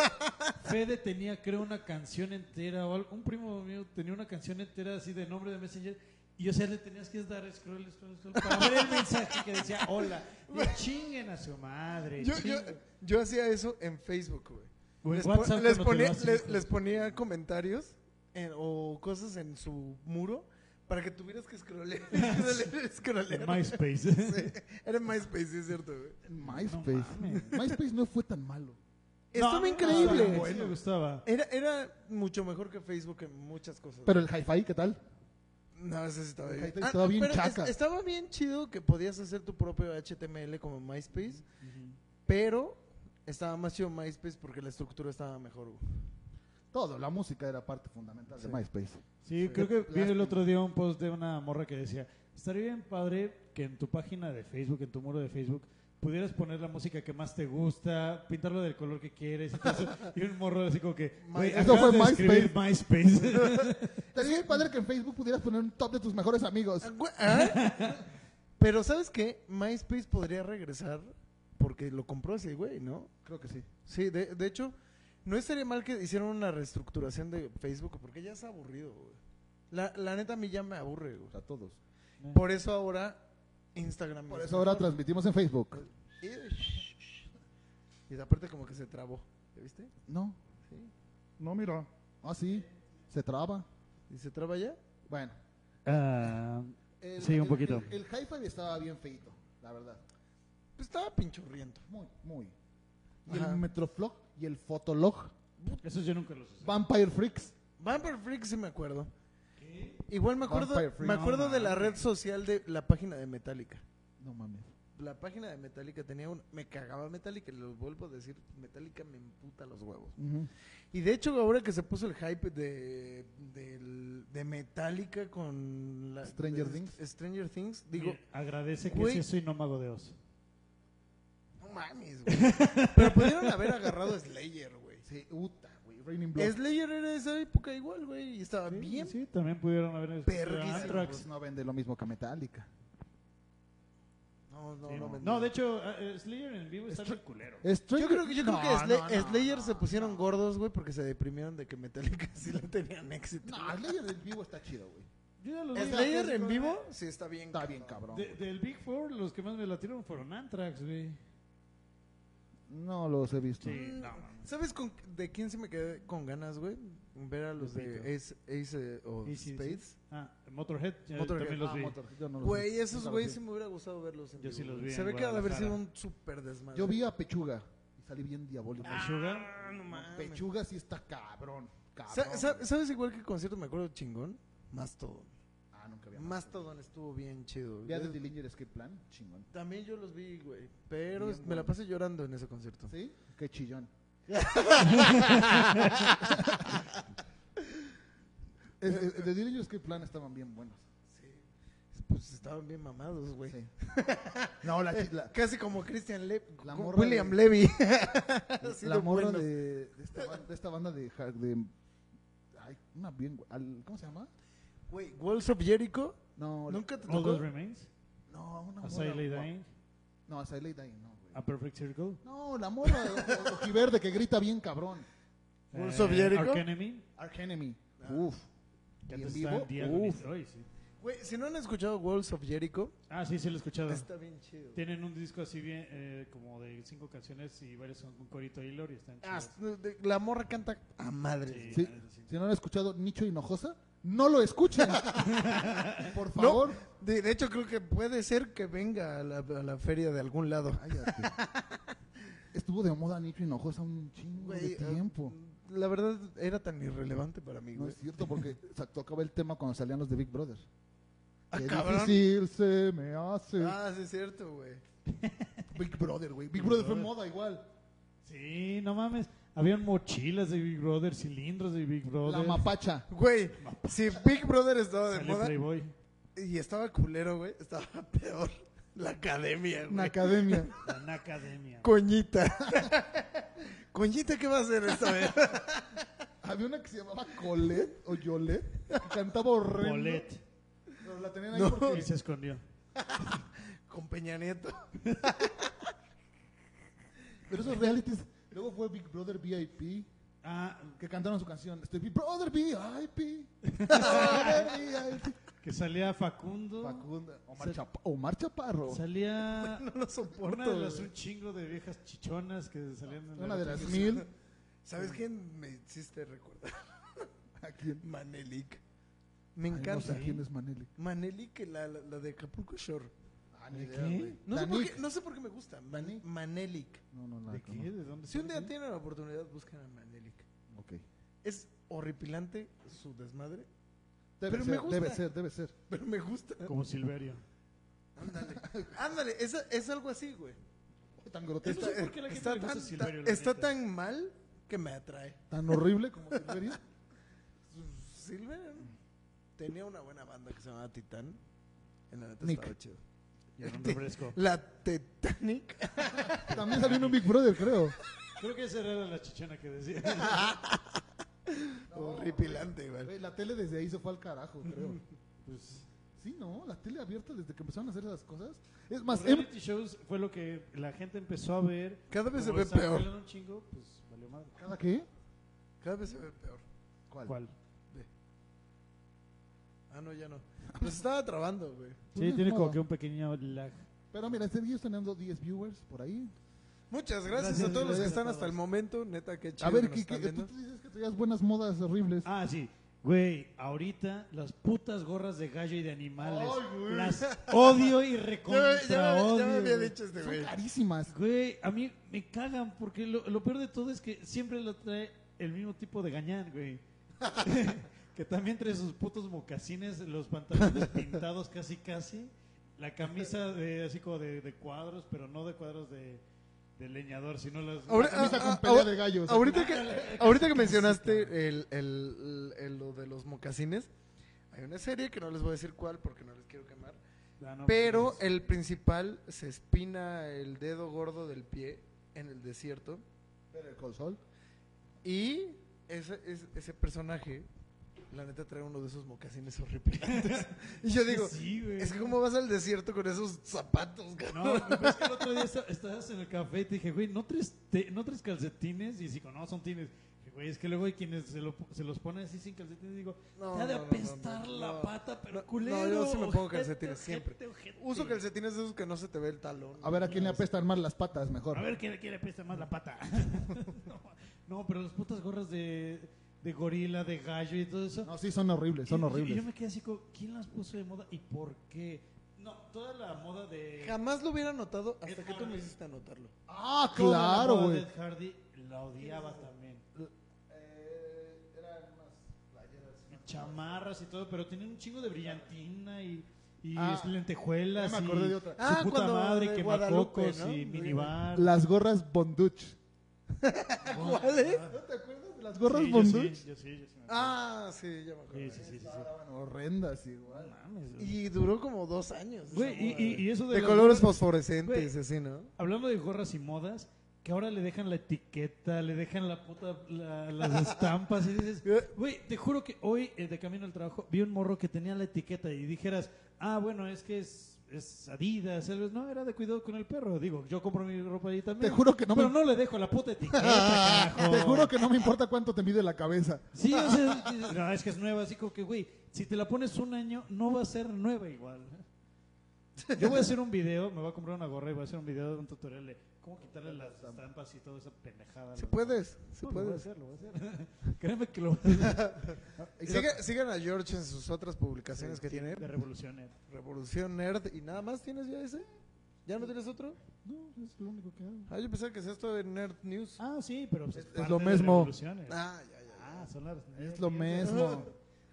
Fede tenía, creo, una canción entera o algo. Un primo mío tenía una canción entera así de nombre de Messenger. Y o sea, le tenías que dar scroll, scroll, scroll para ver el mensaje que decía hola. Y chinguen a su madre.
Yo, yo,
chinguen.
yo hacía eso en Facebook, güey.
O en
Les,
WhatsApp
po-
cuando
les
te lo
ponía,
haces,
les,
hijo.
les ponía comentarios en- o cosas en su muro para que tuvieras que scrollear. scrollear,
En
scrollear.
MySpace.
Sí, Era en MySpace, sí, es cierto, güey.
En MySpace.
No mames.
MySpace no fue tan malo.
Estaba
No,
increíble.
No, bueno, me gustaba.
Era, era mucho mejor que Facebook en muchas cosas.
Pero el hi-fi, ¿qué tal?
no, ese sí estaba
El
bien.
hi-fi estaba bien
pero es-
chaca.
estaba bien chido que podías hacer tu propio HTML como MySpace, pero estaba más chido MySpace porque la estructura estaba mejor. güey.
Todo, la música era parte fundamental
Sí.
de MySpace.
Sí,
Sí.
creo que vi el
Lástima.
otro día un post de una morra que decía, estaría bien padre que en tu página de Facebook, en tu muro de Facebook, pudieras poner la música que más te gusta, pintarlo del color que quieres y, todo eso". Y un morro así como que, "Güey,
Eso
acabas
fue
de escribir MySpace.
Sería bien padre que en Facebook pudieras poner un top de tus mejores amigos.
Ah, güey, ah. Pero ¿sabes qué? MySpace podría regresar porque lo compró ese güey, ¿no?
Creo que sí.
Sí, de, de hecho, no estaría mal que hicieran una reestructuración de Facebook porque ya es aburrido, güey. La, la neta a mí ya me aburre, güey.
O sea, todos.
Por eso ahora Instagram.
Por
es
eso ahora
mejor.
transmitimos en Facebook.
Y de aparte como que se trabó, ¿ya viste?
No.
Sí.
No, mira. Ah, sí. Se traba.
¿Y se traba ya?
Bueno.
Ah,
el-
Sí, un
el-
poquito.
El, el hi-fi estaba bien feito, la verdad.
Pues estaba pinchurriento.
Muy, muy. Y
Ajá.
el Metroflog y el Fotolog.
esos yo nunca los usé.
Vampire Freaks.
Vampire Freak sí me acuerdo. Igual me acuerdo,
Vampire Freak.
me acuerdo
No
de la
mames.
red social de la página de Metallica.
No mames.
La página de Metallica tenía un... Me cagaba Metallica, lo vuelvo a decir, Metallica me emputa los huevos.
Ujú.
Y de hecho ahora que se puso el hype de, del- de Metallica con... la-
Stranger
de-
Things.
Stranger Things, digo,
Mira, agradece que
güey.
sí soy nómago de oso.
no mames, güey. Pero pudieron haber agarrado a Slayer, güey.
Sí, puta, güey. Raining Blood.
Slayer era de esa época igual, güey, y estaba
Sí,
bien.
sí, también pudieron haber escuchado
Perrísimo.
Anthrax.
Pues no vende lo mismo que Metallica.
No, no,
Sí,
no.
no.
me-
No, de hecho, ah, eh, Slayer en vivo está bien culero.
Yo creo que, yo creo
No,
que Sla-
no, no,
Slayer
no,
se pusieron
no.
gordos, güey, porque se deprimieron de que Metallica sí le tenían éxito.
No, Slayer del vivo está chido, güey.
Yo ya los vi.
Slayer en vivo sí está bien.
Está bien cabrón.
De- del Big Four, los que más me latieron fueron Anthrax, güey.
No los he visto.
Sí.
Mm,
No, mames.
¿Sabes con, de quién se me quedé con ganas, güey? Ver a los
Repito.
de Ace, Ace, eh, o
Sí, sí, sí.
Spades.
Ah, Motorhead, eh,
Motorhead.
también los
Ah,
vi.
Motorhead, yo no los vi.
Güey, esos
Nunca los
güeyes
vi.
sí me hubiera gustado verlos en
Yo
vivo,
sí los
güey.
vi en
Se ve que ha de haber sido
Guadalajara.
un súper desmadre.
Yo vi a Pechuga y salí bien diabólico.
Meshuggah.
Ah, no mames.
Pechuga sí está cabrón. Cabrón.
Sa- sa- ¿Sabes igual que concierto me acuerdo chingón? Mastodon.
Ah, nunca había.
Mastodon estuvo bien chido.
Vea
Yo-
de Dillinger Escape Plan, chingón.
También yo los vi, güey. Pero
Bien
es- me
bueno.
la pasé llorando en ese concierto.
¿Sí? Qué chillón. Es- es- de Dillinger Escape Plan estaban bien buenos.
Pues estaban bien mamados, güey.
Sí. No, la, chi- la,
Casi como Christian Levy.
La morra
William
de-
Levy.
la morra
buenos.
de, de esta, ban- de esta banda de, hard- de ay, una bien, gu- al- ¿cómo se llama?
Güey, Walls of Jericho.
No, la-
Nunca te
All That
tocó.
Remains,
no, una
A
morra.
Silent
gua-
Dying,
No, a Silent Dying, no, güey.
A Perfect Circle,
No, la morra o- o- ojiverde que grita bien cabrón.
Wolves of Jericho.
Arch eh, Enemy,
Arch Enemy.
Ah.
Uf.
que
Y en
antes
vivo,
estaban The
uf.
Agonist. Ay, sí.
Güey, si no han escuchado Walls of Jericho,
Ah, sí, sí lo he escuchado.
está bien chido.
Tienen un disco así bien, eh, como de cinco canciones y varios son con corito y lore y están
Ah,
chidos.
de- la morra canta a madre.
Sí,
Sí,
la neta, sí.
Si no lo han escuchado, Nicho Hinojosa, no lo escuchen. Por favor.
De, de hecho, creo que puede ser que venga a la, a la feria de algún lado.
Cállate. Estuvo de moda Nicho Hinojosa un chingo
Güey,
de tiempo.
ah, la verdad, era tan irrelevante para mí,
no
güey.
es cierto, porque se tocaba el tema cuando salían los de Big Brother.
Ah,
Qué
cabrón.
difícil se me hace.
Ah, sí, es cierto, güey.
Big Brother, güey. Big
Big
Brother fue
Brother.
moda igual.
Sí, no mames. Habían mochilas de Big Brother, cilindros de Big
La
Brother.
mapacha.
Güey, si Big Brother estaba de
Salió
moda
Playboy.
y estaba culero, güey, estaba peor. La academia,
Una
güey.
academia.
La Nacademia.
eh? Coñita. Coñita, ¿qué va a hacer esta vez?
Había una que se llamaba Colette o Yolette, que cantaba horrendo.
Bolet.
Pero la tenían ahí
No.
Y
porque...
se escondió.
Con Peña Nieto.
Pero esos realities... Luego fue Big Brother VIP,
Ah,
que cantaron su canción. Este, Big Brother VIP. Big Brother VIP.
que salía Facundo.
Facundo, Omar,
Se-
Chapa- Omar Chaparro.
Salía
No lo
una
soporto.
de las
güey.
un chingo de viejas chichonas que salían en
Una de las
televisión.
mil.
¿Sabes quién me hiciste recordar?
¿A quién?
Manelik. Me
Ay, no
encanta.
sé quién es Maneli.
Manelik, la, la, la de Acapulco Shore.
Ah,
ni ¿De idea, qué? güey.
No sé, por
Danik.
qué, no sé por qué me gusta. Man-
¿Danik?
Manelik.
No, no, nada.
¿De
que no.
qué? ¿De dónde?
Si un día
salió?
tienen la oportunidad, busquen a Manelik.
Ok.
Es horripilante su desmadre,
Debe
Pero
ser,
me gusta.
debe ser, debe ser.
pero me gusta.
Como Silverio.
Ándale. Ándale, es, es algo así, güey.
Oh, tan
Yo no
grotesco,
sé por qué a la gente
Está,
le gusta
tan,
Silverio,
tan-
la
está
neta.
tan mal que me atrae.
tan horrible como Silverio.
Silver tenía una buena banda que se llamaba Titán. En la neta
Nick.
estaba chido.
Y era un refresco.
La Titanic.
También salió en un Big Brother, creo.
Creo que esa era la chichona que decía.
Horripilante, güey.
Güey, La tele desde ahí se fue al carajo, creo.
Pues,
Sí, ¿no? La tele abierta desde que empezaron a hacer esas cosas. Es
los
más, em-
reality shows fue lo que la gente empezó a ver.
Cada vez se
Como
ve
esa
peor.
pelada un chingo, pues valió madre.
¿cada qué?
Cada vez se ve peor.
¿Cuál?
¿Cuál?
Ah, no, ya no. Nos estaba trabando, güey.
Sí, tiene como
modo.
que un pequeño lag.
Pero mira, este video está teniendo 10 viewers por ahí.
Muchas gracias,
Gracias,
a todos los que
gracias a
están hasta
todos.
el momento. Neta, qué chido.
a ver,
que nos
Kike,
están
tú
viendo.
tú dices que traías buenas modas horribles.
Ah, sí. Güey, ahorita las putas gorras de gallo y de animales.
Ay, güey.
Las odio y
Ya me- ya
recontra
me, ya me
odio.
había
güey. Ah,
dicho este,
Son
güey.
carísimas.
Güey, a mí me cagan porque lo, lo peor de todo es que siempre lo trae el mismo tipo de gañán, güey. que también trae sus putos mocasines, los pantalones pintados casi casi, la camisa de así como de, de cuadros, pero no de cuadros de, de leñador, sino las...
Ahora-
Camisa
ah,
con
ah,
pelea
ah,
de gallos.
Ahorita que, ahorita que mencionaste el, el- el- lo de los mocasines, hay una serie que no les voy a decir cuál porque no les quiero quemar.
Ah, no,
Pero
pues,
el principal se espina el dedo gordo del pie en el desierto.
Pero el console.
Y ese, es- ese personaje, la neta, trae uno de esos mocasines horripilantes. y yo digo,
sí, güey.
es que cómo vas al desierto con esos zapatos,
No,
cabrón?
güey, es que el otro día esta- estabas en el café y te dije, güey, ¿no traes, te- ¿no traes calcetines? Y digo, no, son tines. Dije, Güey, es que luego hay quienes se, lo- se los ponen así sin calcetines y digo,
No,
te ha de
no, no,
apestar
no, no,
la
no.
pata, pero
No,
culero.
no, yo sí me pongo
ojete,
calcetines,
ojete,
siempre.
ojete.
Uso calcetines de esos que no se te ve el talón.
A ver, ¿a quién le apestan más las patas mejor?
A ver, ¿quién quién le apesta más la pata? no, no, pero las putas gorras de, de gorila, de gallo y todo eso.
No, sí, son horribles, son
Y- y-
horribles.
Y yo me quedé así, como, ¿quién las puso de moda y por qué? No, toda la moda de...
Jamás lo hubiera notado hasta
Ed
que tú me
Hardy.
hiciste anotarlo.
Ah,
toda la
claro,
moda
güey.
de Ed Hardy la odiaba también.
Eh, eran unas playeras.
chamarras y todo, pero tenía un chingo de brillantina y, y
Ah,
lentejuelas.
ya me
y
acordé de otra.
Su
Ah,
puta
cuando
madre,
de
quemacocos
Guadalupe, ¿no?
y minibar.
Las gorras Bonduch.
Ah,
¿Cuál eh? es?
eh?
¿No te acuerdas de las
Sí,
gorras
yo
Bonduch?
sí, yo sí, yo sí me acuerdo.
Ah, sí, ya me acuerdo.
Sí, sí, sí, sí, sí.
Estaban horrendas igual.
Mames, güey.
Y duró como dos años.
Güey,
esa
y,
moda,
y- y eso de,
De
las
colores
gorras-
fosforescentes,
Güey.
así, ¿no?
Hablando de gorras y modas, que ahora le dejan la etiqueta, le dejan la puta, la- las estampas y dices, güey, te juro que hoy eh, de camino al trabajo vi un morro que tenía la etiqueta y dijeras, ah, bueno, es que es, es Adidas, algo". no, era de cuidado con el perro. Digo, yo compro mi ropa ahí también.
Te juro que no
pero
me-
no le dejo la puta etiqueta, carajo.
Te juro que no me importa cuánto te mide la cabeza.
Sí, o sea, dices, no, es que es nueva, así como que, güey, si te la pones un año, no va a ser nueva igual. Yo voy a hacer un video, me voy a comprar una gorra y voy a hacer un video de un tutorial de cómo quitarle las estampas y toda esa pendejada.
Se puedes, se
No, lo voy a
puedes.
hacer, lo voy a hacer. Créeme que lo voy a hacer.
Y siga- sigan a George en sus otras publicaciones que tiene.
De revoluciones.
Revolución Nerd y nada más tienes ya ese. ¿Ya no tienes otro?
No, es lo único que hago.
Ah, yo pensaba que es esto de Nerd News.
Ah, sí, pero pues, es,
es
parte
lo
de
mismo.
Revoluciones. Ah,
Ah, ya, ya. ya.
son las-
Es lo mismo,
Es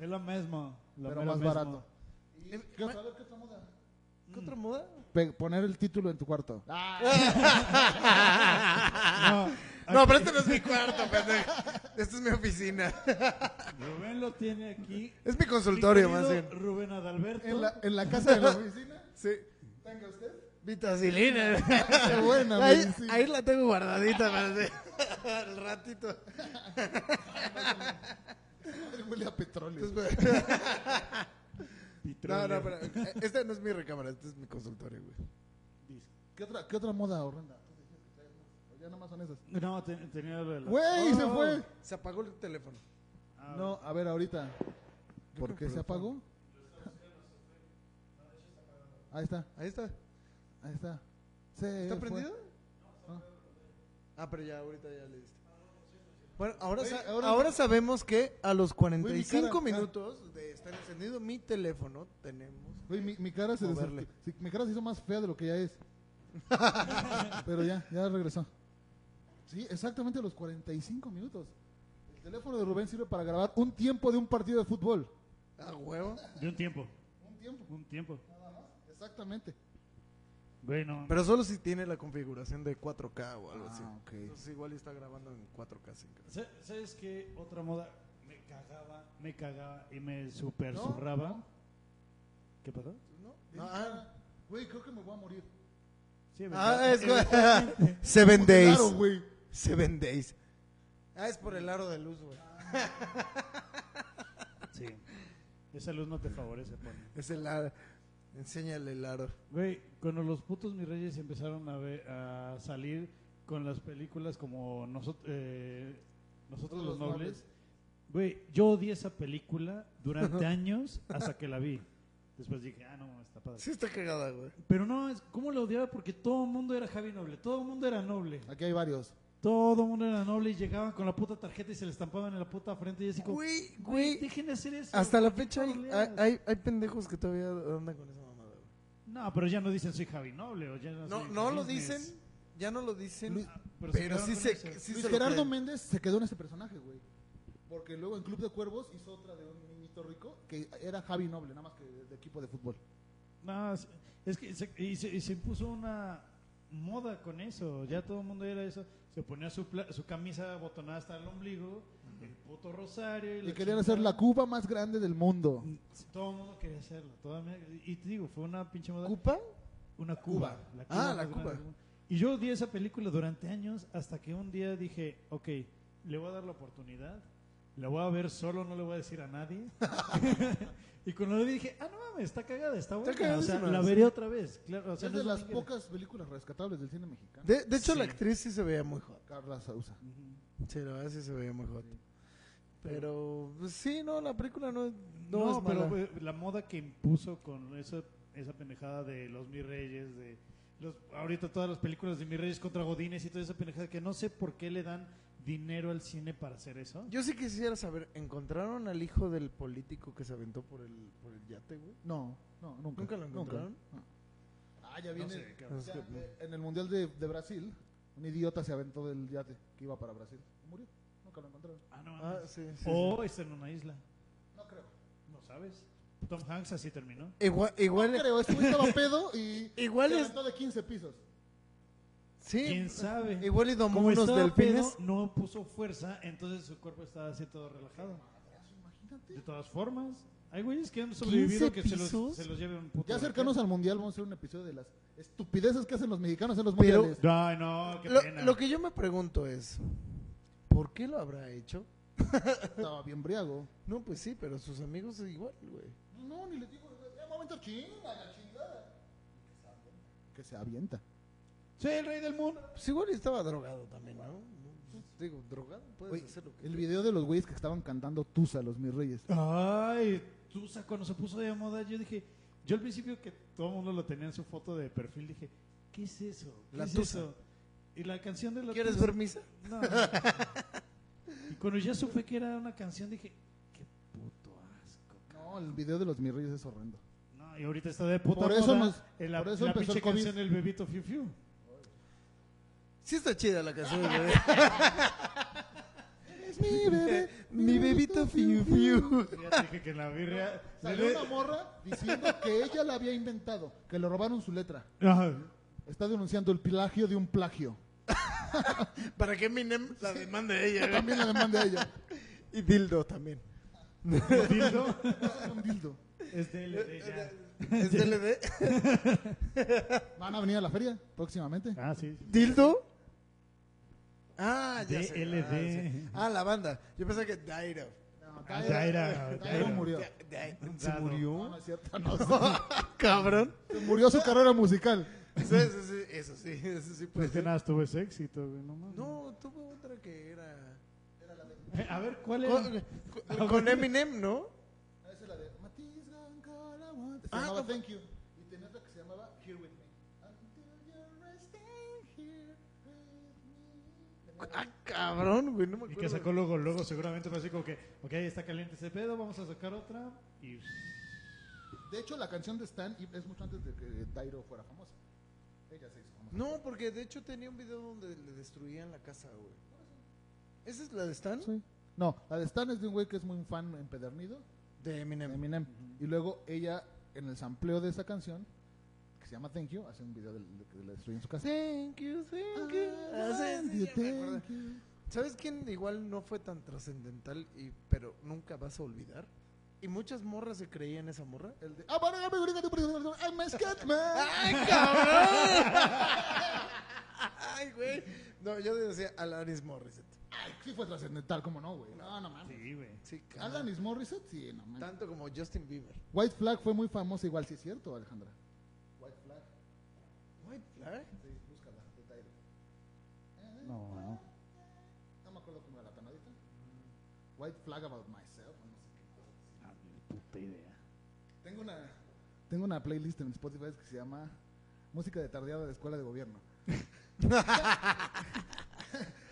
lo mismo. lo
pero
mero
más
mismo.
barato.
Eh,
Quiero
ma-
saber qué otra moda.
¿Qué otra moda?
Pe- poner el título en tu cuarto.
No,
No, pero este no es mi cuarto, pendejo. Esta es mi oficina.
Rubén lo tiene aquí.
Es mi consultorio,
Mi
más
querido
bien.
Rubén Adalberto.
En la, en la casa de la oficina.
Sí.
Tenga usted.
Vitacilina.
Qué buena
Ahí,
medicina.
ahí la tengo guardadita para hacer- al ratito.
Huele a petróleo.
No, no, pero eh, esta no es mi recámara, este es mi consultorio, güey.
¿Qué otra, qué otra moda horrenda? Tú decías que traías más. Ya nomás son esas.
No, te- tenía lo de la-
¡Güey! ¡Se
Oh,
fue!
Se apagó el teléfono.
Ah,
No, a ver, ahorita. ¿Por qué se apagó? Ahí está,
Ahí está.
ahí está. Se
¿Está
fue.
prendido?
No.
Eh, Ah, pero ya, ahorita ya le diste. Bueno, ahora,
Oye,
sa-
ahora-
ahora sabemos que a los
mi
45
cara.
minutos de estar encendido mi teléfono, tenemos.
Güey, mi, mi cara se
Moverle.
desart- sí, Mi cara se hizo más fea de lo que ya es. Pero ya, ya regresó. Sí, exactamente a los 45 minutos. El teléfono de Rubén sirve para grabar un tiempo de un partido de fútbol.
A huevo.
De un tiempo.
Un tiempo,
Un tiempo.
exactamente.
Güey, no.
Pero solo si tiene la configuración de 4K o algo así.
Ah, ok.
Entonces igual está grabando en 4K, 5K.
Sa- ¿Sabes qué? Otra moda me cagaba, me cagaba y me super
No,
zurraba. ¿Qué pasó?
¿No?
Mi cara, Güey, creo que me voy a morir.
Sí,
Ah,
¿verdad?
es güey. Seven Days.
Claro, güey.
Seven Days. Ah, es por el aro de luz, güey.
Sí. Esa luz no te favorece, pone.
Es el aro. Enséñale el aro.
Güey, cuando los putos mis reyes empezaron a, ver- a salir con las películas como nosot- eh, nosotros los,
Los
nobles,
Nobles.
güey, yo odié esa película durante años hasta que la vi. Después dije, ah, no, está padre.
Sí está cagada, güey.
Pero no, es ¿cómo la odiaba? Porque todo el mundo era Javi Noble, todo el mundo era noble.
Aquí hay varios.
Todo el mundo era noble y llegaban con la puta tarjeta y se le estampaban en la puta frente y así como,
Güey, güey.
dejen de hacer eso.
Hasta la fecha
no
hay,
lo
hay,
leas".
hay- hay pendejos que todavía andan con esa mamada, güey.
No, pero ya no dicen soy Javi Noble o ya no
No,
soy
no lo
Javines.
dicen, ya no lo dicen,
Luis-
Ah,
pero
quedaron
sí
con
se,
eso.
sí
Luis
se lo
Gerardo
creen.
Méndez se quedó en ese personaje, güey. Porque luego en Club de Cuervos hizo otra de un niñito rico que era Javi Noble, nada más que de, de equipo de fútbol.
No, es- es que se, y se, y se impuso una moda con eso. Ya todo el mundo era eso. Se ponía su, pla- su camisa botonada hasta el ombligo, el puto rosario.
Y querían hacer la
cupa.
Cuba más grande del mundo.
Todo el mundo quería hacerlo. todo el mundo- y te digo, fue una pinche moda.
¿Cupa?
una Cuba.
Cuba.
La
Ah, la
más grande
Cuba.
del mundo. Y yo odié esa película durante años hasta que un día dije, ok, le voy a dar la oportunidad. La voy a ver solo, no le voy a decir a nadie. y cuando le dije, ah, no mames, está cagada, está buena. o sea,
cagadísima,
la
sí.
veré otra vez. Claro, o sea,
Es
no
de
es
las
lo que-
pocas películas rescatables del cine mexicano.
De, de hecho, la
Sí.
actriz sí se veía muy hot.
Carla Sousa.
Ujú.
Sí, la verdad sí se veía muy hot.
Sí.
Pero, pues, sí, no, la película no,
No,
no, es
pero
mala.
eh, la moda que impuso con esa, esa pendejada de los mis reyes, de los, ahorita todas las películas de mis reyes contra Godines y toda esa pendejada que no sé por qué le dan dinero al cine para hacer eso.
Yo sí quisiera saber, ¿encontraron al hijo del político que se aventó por el, por el yate, güey?
No, no, nunca.
¿Nunca lo encontraron?
No. Ah, ya viene.
sé,
cabrón.
ya, eh, en el Mundial de, de Brasil, un idiota se aventó del yate que iba para Brasil. Murió. Nunca lo encontraron.
Ah, no
Ah,
mames.
sí, sí, sí.
O está en una isla.
No creo.
No sabes. Tom Hanks así terminó.
Igual, igual,
No creo. Este güey estaba pedo y
Igual
se
es-
aventó de 15 pisos.
sí,
¿Quién sabe?
igual y domó
Como
unos
estaba
delfines.
pedo, no puso fuerza, entonces su cuerpo estaba así todo relajado. De
Imagínate.
todas formas, hay güeyes que han
15
sobrevivido que se los,
pisos.
se los lleve un puto.
Ya cercanos al Mundial vamos a hacer un episodio de las estupideces que hacen los mexicanos en los
Pero-
mundiales.
Ay, no, qué
Lo,
pena.
lo que yo me pregunto es, ¿por qué lo habrá hecho?
Estaba bien briago.
No, pues sí, pero sus amigos igual, güey.
No, ni les digo. Ya, momento, chinga, la chingada. Que se avienta.
Soy el rey del mundo.
Pues igual estaba drogado también, ¿no? Digo, drogado, puedes
Oye,
hacer lo que
El video de los güeyes que estaban cantando Tusa, los mis reyes.
Ay, Tusa, cuando se puso de moda, yo dije. Yo al principio que todo el mundo lo tenía en su foto de perfil, dije, ¿qué es eso? ¿Qué
La
es
Tusa.
eso? Y la canción de la
¿Quieres
Tusa-
ver misa?
No. y cuando ya supe que era una canción, dije, qué puto asco. cabrón".
No, el video de los mis reyes es horrendo.
No, y ahorita está de puta
Por eso
moda
nos-
el- la,
por eso
la
empezó
pinche
el COVID.
canción del bebito Fiu Fiu.
Sí está chida la canción, güey.
Es mi bebé,
Mi bebito fiu fiu.
Ya dije que la birria...
Salió una morra diciendo que ella la había inventado, que le robaron su letra.
Ajá.
Está denunciando el plagio de un plagio.
Para que Minem la demande ella, güey.
También la demanda ella.
Y Dildo también.
¿El dildo?
Es un dildo.
es de él, de ella.
¿Es DLD?
¿Van a venir a la feria próximamente?
Ah, sí. sí.
¿Dildo? Ah, ya sé.
DLD.
Ah, sí. Ah, la banda. Yo pensé que Dairo.
No,
Daira,
Daira
Daira.
murió.
Da- da-
Un
¿Se
dado.
No,
murió?
no es cierto, no sé.
Cabrón.
Murió su carrera musical.
Sí, sí, sí, eso sí, eso sí puede
Pues que
ser.
nada, tuvo ese éxito, güey, no mames.
No, tuvo otra que era...
Eh, a ver, ¿cuál era?
Con, con- con Eminem, ¿no?
Ah, Esa es la de Matiz Gancala, what? Se
Ah,
llamaba
no,
Thank You. Y tenía otra que se llamaba Here With Me. Until you're staying here with me.
Ah, cabrón, güey, no me
Y
acuerdo.
que sacó luego, luego seguramente fue así como que, ok, está caliente ese pedo, vamos a sacar otra. Y
De hecho, la canción de Stan y- es mucho antes de que Dairo fuera famosa. Ella se hizo famosa.
No, porque de hecho tenía un video donde le destruían la casa, güey. ¿Esa es la de Stan?
Sí. No, la de Stan es de un güey que es muy fan empedernido
De
de
Eminem.
Eminem. Y luego ella, en el sampleo de esa canción, que se llama Thank You, hace un video del- de que le destruyen su casa.
Thank you, thank you. Ah, sí, sí, ya me acuerdo. ¿Sabes quién igual no fue tan trascendental, y pero nunca vas a olvidar? Y muchas morras se creían esa morra.
El de, ah, bueno, ya me brinca tu pregunta, I'm a Scatman.
¡Ay, cabrón! ¡Ay, güey! No, yo decía Alanis Morissette.
Ay, sí fue trascendental, ¿cómo no, güey? No, no mames.
sí, güey.
Sí, cabrón.
Alanis Morissette, sí, no mames.
Tanto como Justin Bieber.
White Flag fue muy famosa igual, sí es cierto, Alejandra. White Flag,
White Flag.
sí, búscala, de Tyler.
No, no.
No me acuerdo cómo era la tonadita. White Flag About Myself, o no sé qué.
Ah, Puta idea.
Tengo una, tengo una playlist en Spotify que se llama Música de Tardeada de Escuela de Gobierno.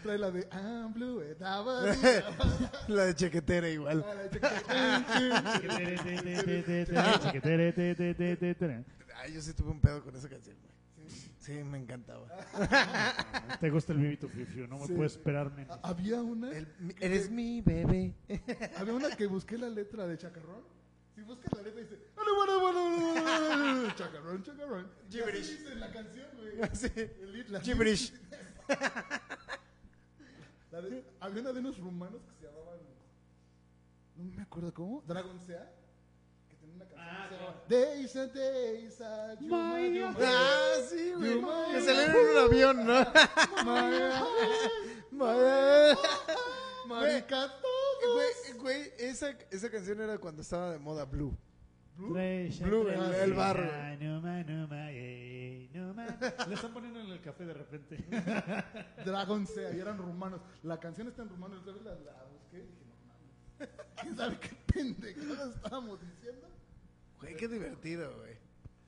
Trae la de I'm blue, eh, da, ba, di, da, ba.
La de chequetera igual.
Ah, la chica-
Ay, yo sí tuve un pedo con esa canción, güey. Sí, me encantaba.
Te gusta el Bibito Fiu Fiu, no me
Sí.
puedo esperar menos.
Había una,
El- eres mi bebé.
había una que busqué la letra de Chacarrón. Si buscas la letra dice, "Ole, bueno, bueno, bueno, bueno, bueno, Chacarrón, Chacarrón. Y así
Gibberish.
dice en la canción, güey.
Sí.
El- la-
Gibberish.
La de- había una de unos rumanos que se llamaban. No me acuerdo cómo. Dragon Sea. Que tenía una canción que se llamaba. Deisa, Deisa, Yuma,
My
Yuma,
Ah, sí, güey.
Yuma,
Que
Yuma,
salieron en un avión, ¿no? Madre.
Marica, todo.
Güey, güey, esa, esa canción era cuando estaba de moda Blue.
Blue,
Blue, el- el barro.
eh, Le están poniendo en el café de repente.
Dragon Sea, y eran rumanos. La canción está en rumano. Entonces la, la busqué y dije, no mames. ¿Quién sabe qué pendejada estábamos diciendo?
Güey, qué divertido, güey.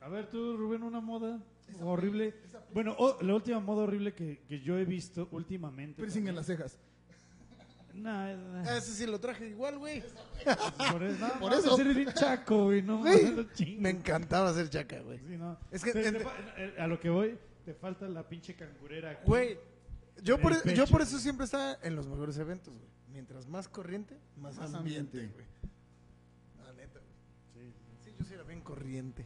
A ver, tú, Rubén, una moda horrible. Bueno, o- la última moda horrible que, que yo he visto últimamente.
Piercing en las cejas.
No, es- no,
Ah, ese sí lo traje igual, güey.
por eso. No,
Por
mames,
eso.
eres bien chaco, güey. No,
Güey,
mames, chingo.
Me encantaba ser chaca, güey.
Sí, no.
Es que-
Te- te
ente-
fa- eh, a lo que voy, te falta la pinche cangurera. aquí.
Güey, yo
En
por, e,
el
yo
pecho,
por eso
güey.
siempre estaba en los mejores eventos, güey. Mientras más corriente, más,
Más
ambiente,
ambiente.
güey. La neta, güey.
Sí, sí.
Sí, yo sí era bien corriente.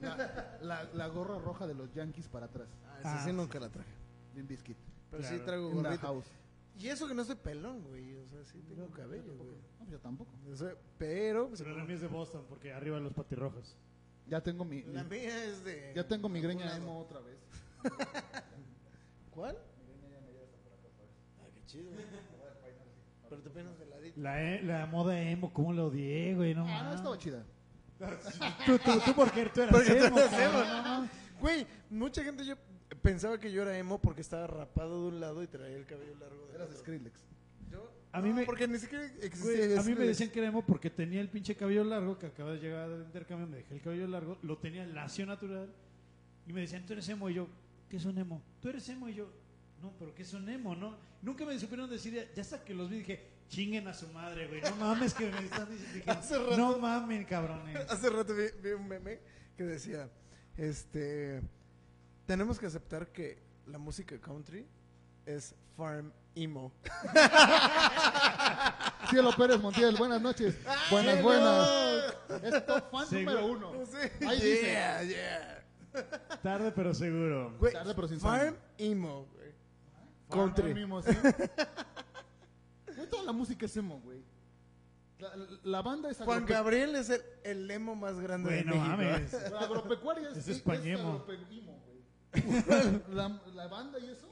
La, la, la gorra roja de los Yankees para atrás.
Ah, esa
Ah,
sí
sí.
nunca la traje.
Bien biscuit.
Pero sí
Claro.
traigo
In the
gorrito.
house.
Y eso que no soy pelón, güey. O sea, sí tengo cabello, güey.
No, pues yo tampoco.
O sea, pero... pues,
Pero
como-
la mía es de Boston, porque arriba los patirrojos.
Ya tengo mi, mi-
la mía es de...
ya tengo mi greña
algún lado.
emo otra vez.
¿Cuál? Ah, qué chido, güey. Pero te peinas de ladito.
La, e- la moda emo, ¿cómo la odié, güey? No,
Ah, no
mames.
estaba chida.
Tú, tú, tú, porque tú eras
Porque tú
emo,
eras
cabrón,
emo.
no mames.
Güey, mucha gente yo pensaba que yo era emo porque estaba rapado de un lado y traía el cabello largo del
Eras
otro.
Skrillex.
Yo-
A mí
no,
me-
Porque ni siquiera existía.
Güey, a mí me
Skrillex.
decían que era emo porque tenía el pinche cabello largo, que acababa de llegar del intercambio, me dejé el cabello largo, lo tenía lacio natural, y me decían, tú eres emo, y yo, ¿qué es un emo? Tú eres emo, y yo, no, pero ¿qué es un emo, no? Nunca me supieron decir, ya hasta que los vi dije, chinguen a su madre, güey, no mames que me están diciendo, dije,
Hace rato.
no mamen, cabrones.
Hace rato vi, vi un meme que decía, este, tenemos que aceptar que la música country es farm emo.
Cielo Pérez Montiel, buenas noches. Buenas,
Cielo.
buenas. Es top fan
Oh, Sí,
número
güey.
uno.
Sí,
Ahí
yeah, yeah.
Tarde pero seguro.
Güey,
Tarde, pero sin
farm
sueño.
emo, güey.
Farm
Country.
Emo, sí. Güey, toda la música es emo, güey. La, la banda es
Juan
agrope-
Gabriel es el, el emo más grande
Bueno,
de México.
mames.
agropecuaria.
Es
sí,
españemo.
agropecuimo, güey. la, la banda y eso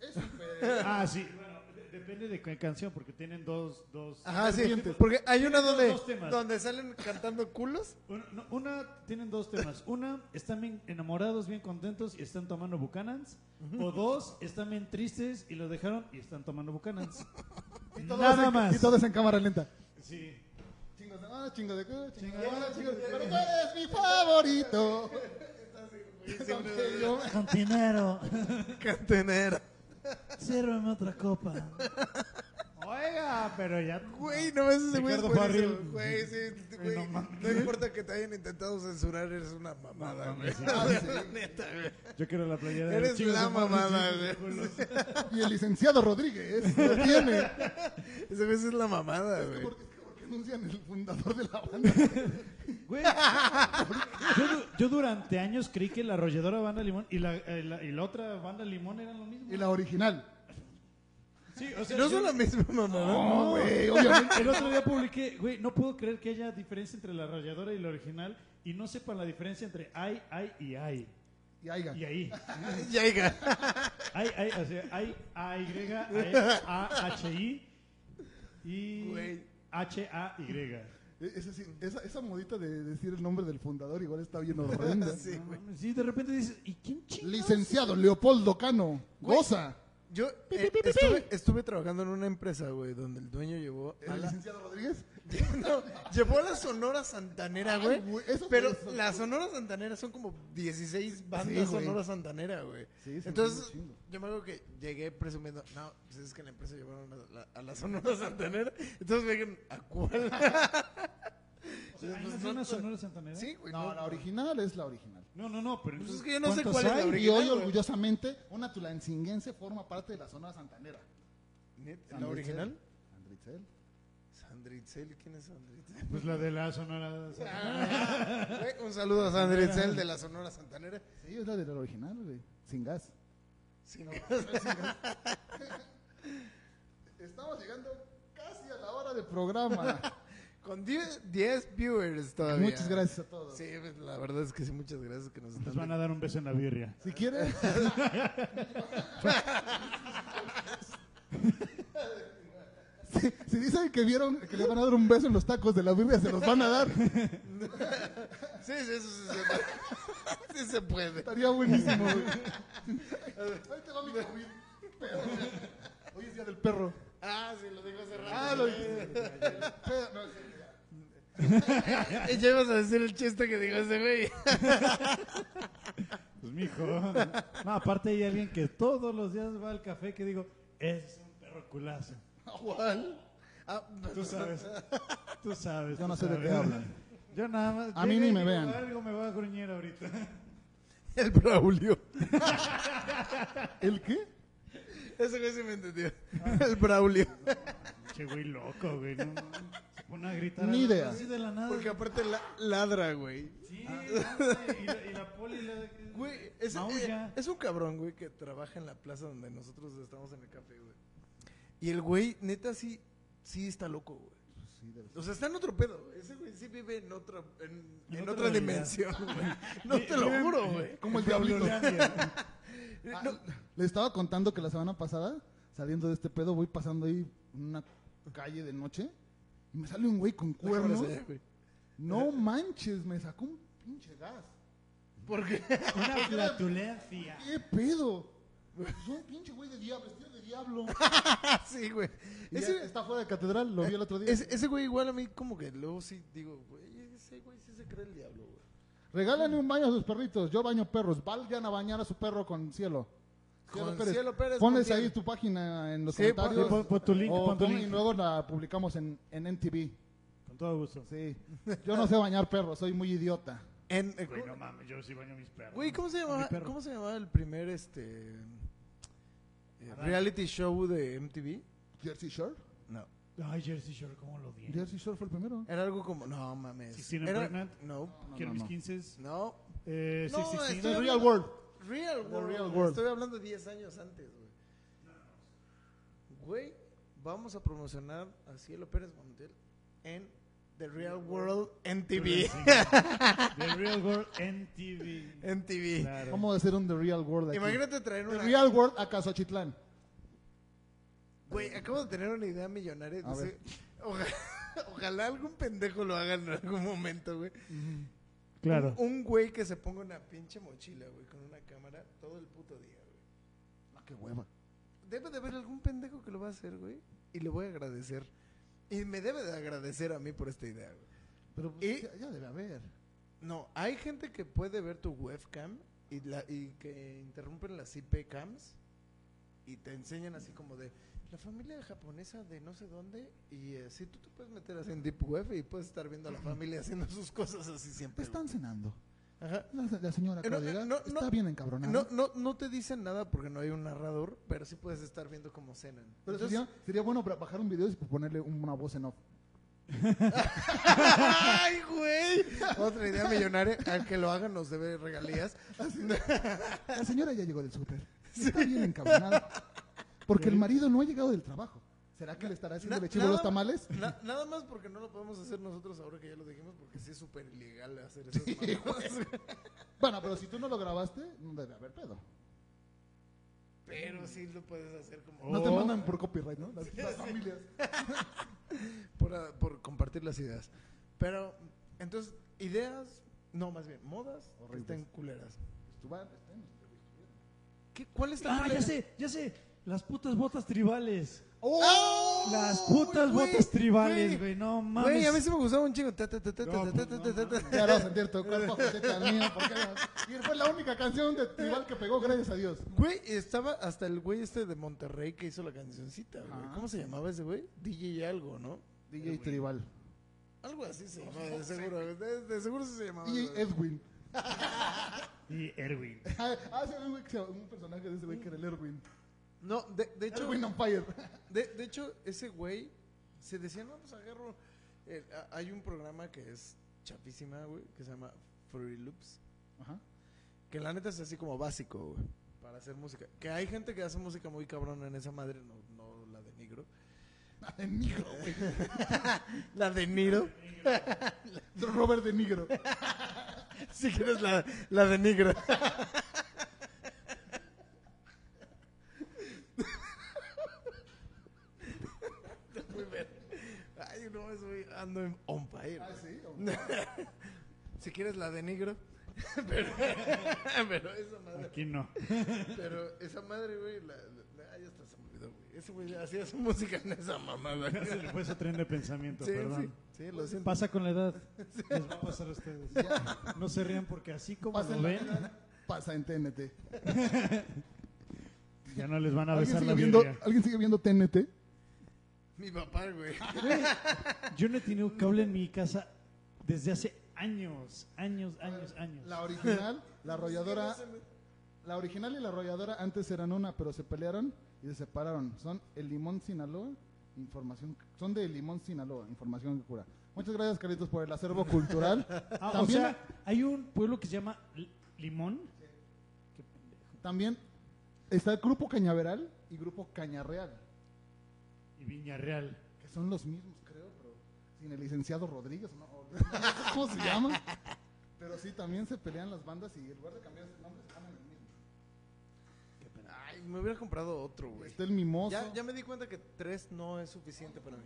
es un pedo.
Ah, sí. Bueno, de- depende de qué canción, porque tienen dos. dos
Ajá, sí.
Serpientes.
Porque hay una
Tiene
donde,
dos temas.
donde salen cantando culos.
una, no, una- tienen dos temas. Una, están bien enamorados, bien contentos y están tomando Buchanan's. O dos, están bien tristes y lo dejaron y están tomando Buchanan's.
Y todo es
Nada
en-
más.
Y todo es en cámara lenta.
Sí.
Chingos de más, chingos de acá, chingos de
Chingos de
allá,
acá,
chingos de Pero tú eres mi favorito. Aunque yo-
Cantinero,
Cantenera.
sírveme otra copa. Oiga, pero ya.
Güey, no ves ese güey. es
Ricardo
buenísimo,
Farril.
Güey, sí, güey.
no
No,
mames.
importa que te hayan intentado censurar, eres una mamada,
No
güey.
mames,
O sea, la neta, güey.
Yo quiero la playera de
Eres
los chicos
la
de Marlins,
mamada,
chicos de Pueblos.
Y el licenciado Rodríguez lo tiene.
Ese güey sí es la mamada, güey.
Porque, porque anuncian el fundador de la banda.
Güey, yo, du- yo durante años creí que la arrolladora Banda Limón y la, eh, la- y la otra Banda Limón eran lo mismo.
Y la original.
Sí, o sea,
No
yo-
son la misma mamada.
No,
güey, obviamente.
El otro día publiqué, güey, no puedo creer que haya diferencia entre la arrolladora y la original y no sepan la diferencia entre ay, ay y ay.
Y aiga.
Y ahí.
Ya, hija.
Ay, ay, o sea, ay, a y a h i y
Güey.
h a y.
E- Esa, sí- esa, esa modita de decir el nombre del fundador igual está bien horrenda.
Sí, güey.
Sí, de repente dices, ¿y quién chingados?
Licenciado Leopoldo Cano.
Güey.
Goza.
Yo eh, estuve, estuve trabajando en una empresa, güey, donde el dueño llevó a
¿El
la,
licenciado Rodríguez?
No, llevó a la Sonora Santanera, güey.
güey, eso
Pero
es-
la Sonora Santanera son como 16 bandas
Sí, güey.
Sonora Santanera, güey.
Sí, sí,
Entonces,
un chingo.
yo me acuerdo que llegué presumiendo, no, pues es que en la empresa llevaron a la, a la Sonora Santanera. Entonces me dijeron, ¿a cuál?
O sea, ¿hay
Pues
más
no-
de una sonora
¿eh?
santanera?
Sí, güey.
No, la original es la original.
No, no, no, pero
Pues
entonces,
es que yo no sé
¿cuántos
cuál es la
hay?
original.
Y hoy,
güey.
orgullosamente, una tulancinguense forma parte de la zona santanera.
Neta, ¿La
Sandritzel.
original?
Sandritzel.
Sandritzel, ¿quién es Sandritzel?
Pues la de la sonora
Ah.
santanera.
Güey, un saludo a Sandritzel de la Sonora Santanera.
Sí, es la de la original, güey. Sin gas.
Sin-
Estamos llegando casi a la hora del programa.
Con 10 10 viewers todavía.
Muchas gracias a todos.
Sí, pues, la verdad es que sí, muchas gracias que nos
Nos
están
van a dar un beso en la birria.
Si quieres, si, si dicen que vieron que le van a dar un beso en los tacos de la Biblia, se los van a dar.
Sí, sí, eso sí se puede. sí se puede.
Estaría buenísimo. güey. Ahí te va mi COVID. Perro. Hoy es día del perro.
Ah, sí, lo dijo hace rato.
Ah, lo Perro, no, sí, ya.
Eh, Ya ibas a decir el chiste que dijo ese güey.
Pues mijo. No, aparte hay alguien que todos los días va al café que digo, es un perro culazo.
¿Cuál? Ah,
Tú sabes. Tú sabes.
Yo
tú
no sé de
sabes.
qué hablan.
Yo nada más.
A mí
llegué y
ni me
digo,
vean.
Algo me va a gruñir ahorita.
el Braulio.
¿El qué?
Ese güey sí me entendió. El Braulio.
Che, güey, loco, güey. No, se pone a gritar.
Ni
a-
idea.
Así de la nada.
Porque aparte la- ladra, güey.
Sí, güey, y, la, y la poli. La,
Güey, es,
Maulla.
eh, es un cabrón, güey, que trabaja en la plaza donde nosotros estamos en el café, güey. Y el güey, neta, sí, sí está loco, güey.
Sí, debe ser.
O sea, está en otro pedo. Ese güey sí vive en otra, en,
En
en
otra
otra
realidad.
dimensión, güey. No
Vi-
te lo
vive-
juro, güey.
Como el diablito.
Diablolandia.
Ah, Les estaba contando que la semana pasada, saliendo de este pedo, voy pasando ahí una calle de noche y me sale un güey con cuernos.
Déjame enseñar, güey.
No manches, me sacó un pinche gas.
¿Por qué?
Una flatulencia.
¿Qué pedo? Es un pinche güey de diablo, vestido de diablo.
sí, güey.
Y ya
Ese,
está fuera de catedral, lo vi el otro día.
ese, ese güey igual a mí como que luego sí digo, güey, ese güey sí se cree el diablo, güey.
Regálenle un baño a sus perritos, yo baño perros, valgan a bañar a su perro con cielo.
Con Cielo Pérez,
Ponles
con
ahí
Cielo.
tu página en los
Sí,
comentarios.
pon- pon- pon tu link,
o
pon tu
pon-
link.
Y luego la publicamos en, en NTV.
Con todo gusto.
Sí. Yo no sé bañar perros, soy muy idiota.
En, eh,
Güey, no mames, yo sí baño a mis perros.
güey, ¿cómo se
A mi
llamaba?
perro.
¿Cómo se llamaba el primer este eh, reality show de MTV?
Jersey Shore.
No.
Ay, Jersey Shore, ¿cómo lo vi?
Jersey Shore fue el primero.
Era algo como, no mames.
¿Sixteen and
Era-
Pregnant?
No. pues,
Quiero
no,
mis
no.
15.
No.
Eh,
No,
616.
estoy
The
hablando-
Real World.
Real World.
Real
güey.
World.
Estoy hablando 10 años antes, güey. Güey, vamos a promocionar a Cielo Pérez Montiel en The Real World NTV.
The Real World NTV.
NTV.
Claro.
Vamos a hacer un The Real World aquí.
Imagínate traer
The
una.
Real World a Casochitlán.
Güey, acabo de tener una idea millonaria.
A
no sé.
ver.
Oja- ojalá algún pendejo lo haga en algún momento, güey.
Claro.
Un un güey que se ponga una pinche mochila, güey, con una cámara todo el puto día, güey.
Ah, qué hueva.
Debe de haber algún pendejo que lo va a hacer, güey. Y le voy a agradecer. Y me debe de agradecer a mí por esta idea, güey.
Pero pues,
¿Y?
ya, ya debe haber.
No, hay gente que puede ver tu webcam y, la, y que interrumpen las IP cams y te enseñan así como de la familia japonesa de no sé dónde y así tú te puedes meter así en Deep Web y puedes estar viendo a la familia haciendo sus cosas así siempre. güey.
Están cenando.
Ajá.
La, la señora acaba
Eh, No,
de llegar.
no,
está
no.
bien encabronada.
No, no, no te dicen nada porque no hay un narrador, pero sí puedes estar viendo cómo cenan.
Pero
Entonces,
sería, sería bueno para bajar un video y ponerle una voz en off.
¡Ay, güey! Otra idea millonaria, al que lo haga nos debe regalías.
La señora ya llegó del súper. Está bien encabronada. Porque el marido no ha llegado del trabajo. ¿Será que le estará haciendo
Na-
de chivo
nada-
los tamales?
na- nada más porque no lo podemos hacer nosotros ahora que ya lo dijimos, porque sí es súper ilegal hacer esas mamadas.
Bueno, pero si tú no lo grabaste, no debe haber pedo.
Pero sí lo puedes hacer como
No te
Oh.
mandan por copyright, ¿no? Las, las familias.
por, ah, por compartir las ideas. Pero, entonces, ideas, no, más bien, modas que
Horribles.
estén culeras.
Estuvan- estén.
¿Qué, ¿Cuál es la
Ah, ya
culera?
sé, ya sé. Las putas botas tribales.
¡Oh!
Las putas
Güey,
botas tribales,
güey.
güey. No mames.
Güey, a mí sí me gustaba un chingo. Ta, ta, ta, ta, ta,
No,
ta,
pues,
ta,
no
ta, ta, ta.
Ya no sentir tu cuerpo coqueta al mío, porque no. Y fue la única canción de tribal que pegó, gracias a Dios.
Güey, estaba hasta el güey este de Monterrey que hizo la cancioncita, güey.
Ajá.
¿Cómo se llamaba ese güey? DJ algo, ¿no?
DJ Tribal.
Algo así se llamaba, de seguro. De, de seguro sí se llamaba.
DJ
güey.
Edwin.
Y Erwin.
Ah, ah, se ve un güey que se- un personaje de ese güey que era el Erwin.
No, de, de hecho,
Erwin on Fire.
de, de hecho, ese güey se decía, no, pues agarro. eh, a- hay un programa que es chapísima, güey, que se llama Free Loops.
Ajá.
Que la neta es así como básico, güey, para hacer música. Que hay gente que hace música muy cabrona en esa madre, no, no la de negro.
Ah, De negro, güey.
La de Niro.
Robert de negro.
Si quieres la, la de negro. Muy bien. Ay, no, es muy- ando en on fire.
Ah,
güey.
sí.
Si quieres la de negro. Pero, pero esa madre,
Aquí no.
pero esa madre, güey, la, la- la- ay, hasta se me olvidó, güey. Ese güey hacía su música en esa mamada.
Ya se
Sí,
le fue ese tren de pensamiento,
sí,
perdón.
sí, lo siento.
Pasa con la edad. Les va a pasar a ustedes. No se rían porque así como
Pasa
lo
en la
ven,
vida, Pasa en TNT.
ya no les van a
¿Alguien
besar
sigue,
la
viendo,
Biblia.
¿Alguien sigue viendo TNT?
Mi papá, güey.
Yo no he tenido cable en mi casa desde hace años, años, años, años.
La original, la arrolladora.
Sí, no se me-
La original y la arrolladora antes eran una, pero se pelearon y se separaron. Son el Limón Sinaloa, información. Son de Limón Sinaloa, información que cura. Muchas gracias, Carlitos, por el acervo cultural.
Ah, o
también,
sea, hay un pueblo que se llama L- Limón. Qué pendejo.
también está el Grupo Cañaveral y Grupo Cañarreal,
Y Viñarreal.
que son los mismos, creo, pero sin el licenciado Rodríguez. ¿no? O- no sé ¿Cómo se llama? Pero sí, también se pelean las bandas y en lugar de cambiar sus nombres, cambian el mismo.
Ay, me hubiera comprado otro, güey.
Está el Mimoso.
Ya, ya me di cuenta que tres no es suficiente para mí.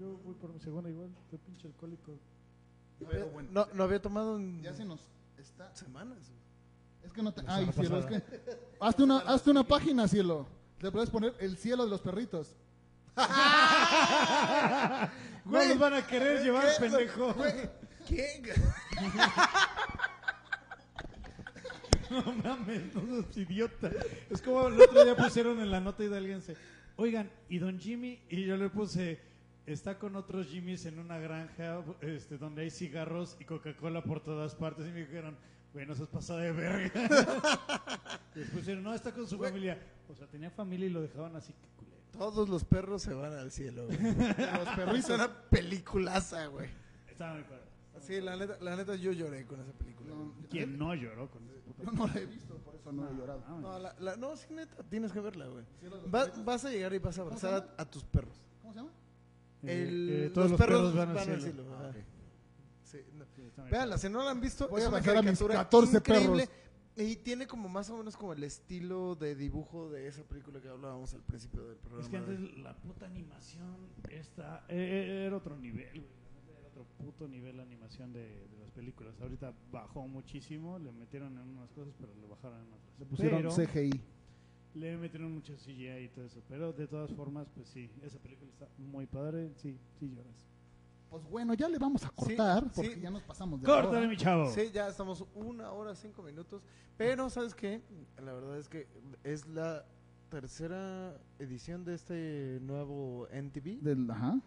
Yo voy por mi segunda igual. Qué pinche alcohólico.
Pero bueno,
Eh, no, lo había tomado en
ya se nos está
semanas.
Es que no te.
La
Ay,
semana
cielo, es
pasada.
que. Hazte una, hazte una página, cielo. Le puedes poner el cielo de los perritos.
No nos van a querer llevar, pendejo.
¿Qué?
No mames, no seas idiota. Es como el otro día pusieron en la nota hidalguense. Oigan, y don Jimmy, y yo le puse, está con otros Jimmys en una granja este, donde hay cigarros y Coca-Cola por todas partes. Y me dijeron, güey, no seas pasada de verga. y les pusieron, no, está con su familia. O sea, tenía familia y lo dejaban así, qué culero.
Todos los perros se van al cielo, güey. Los perros son una peliculaza, güey.
Estaba muy padre.
Sí, la neta, la neta yo lloré con esa película.
No,
No,
Quien no lloró con ese puto.
Yo no la he visto, por eso no he llorado.
Ah,
no, la, la- no sí, neta, tienes que verla, güey.
Cielo de los
Va-
perritos.
vas a llegar y vas a abrazar a, a tus perros.
¿Cómo se llama?
El-
eh,
los, perros, van, al cielo.
Ah,
ajá.
ok.
Sí, no.
Sí, está muy
Véanla, si no la han visto,
Voy
es
a
una
bajar a mis
caricatura
14
increíble. Y tiene como más o menos como el estilo de dibujo de esa película que hablábamos al principio del programa.
Es que antes
de-
la puta animación esta, eh, era otro nivel, güey. La neta, Era otro puto nivel la animación de, de las películas. Ahorita bajó muchísimo, le metieron en unas cosas, pero le bajaron en otras.
Le pusieron
Pero
CGI.
Le metieron mucho CGI y todo eso. Pero de todas formas, pues sí, esa película está muy padre. Sí, sí lloras.
Pues bueno, ya le vamos a cortar porque ya nos pasamos de la
¡Córtale,
hora.
mi chavo!
Sí, ya estamos una hora, cinco minutos. Pero, ¿sabes qué? La verdad es que es la tercera edición de este nuevo NTV.
Del- ajá.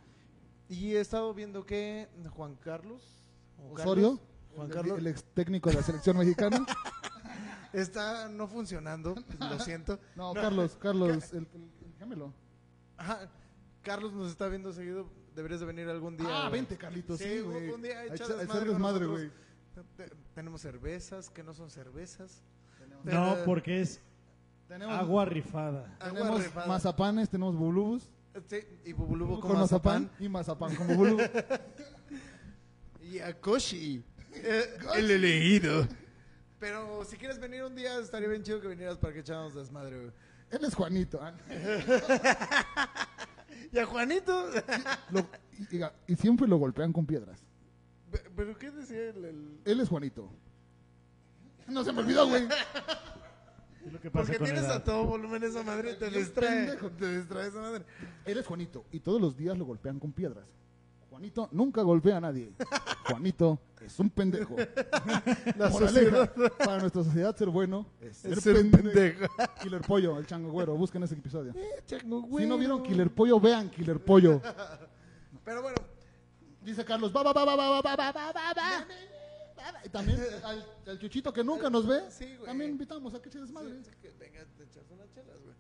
Y he estado viendo que Juan Carlos Juan
Osorio,
Carlos, Juan
el-
Carlos
el ex técnico de la selección mexicana.
está no funcionando, lo siento.
No, Carlos, Carlos, el, el- el gemelo.
Ajá, Carlos nos está viendo seguido, deberías de venir algún día.
Ah,
güey.
vente, Carlitos,
Sí,
sí,
un-
güey.
un día
A
echa
echar-
desmadre
echar
con
desmadre,
nosotros.
güey.
Te- Tenemos cervezas que no son cervezas.
No, porque es
Tenemos,
agua rifada.
Agua
tenemos
rifada.
mazapanes, tenemos bulubus.
Sí, y Bubulubu
Con,
con mazapán.
mazapán y mazapán como bulubus.
Y a Koshi. el elegido. Pero si quieres venir un día, estaría bien chido que vinieras para que echáramos desmadre, güey.
Él es Juanito. ah.
Y a Juanito.
Lo- y, y- y siempre lo golpean con piedras.
Pe- ¿Pero qué decía el...? el-
Él es Juanito. No se me olvidó, güey.
Es lo que pasa
Porque
con
tienes
edad.
a todo volumen esa madre, te
Bien
distrae.
pendejo.
Te distrae esa madre.
Él es Juanito y todos los días lo golpean con piedras. Juanito nunca golpea a nadie. Juanito es un pendejo.
La
Moraleja,
sociedad
para nuestra sociedad ser bueno es ser,
es un
pendejo. Eh,
pendejo.
Killer Pollo, el chango güero. Busquen ese episodio. Si
Bueno.
no vieron Killer Pollo, vean Killer Pollo.
Pero bueno,
Dice Carlos, va, va, va, va, va, va, va, va, va, va. Y también al, al chuchito que nunca nos ve,
Sí, güey.
también invitamos a que eches madre.
sí, que venga, te echas unas chelas, güey.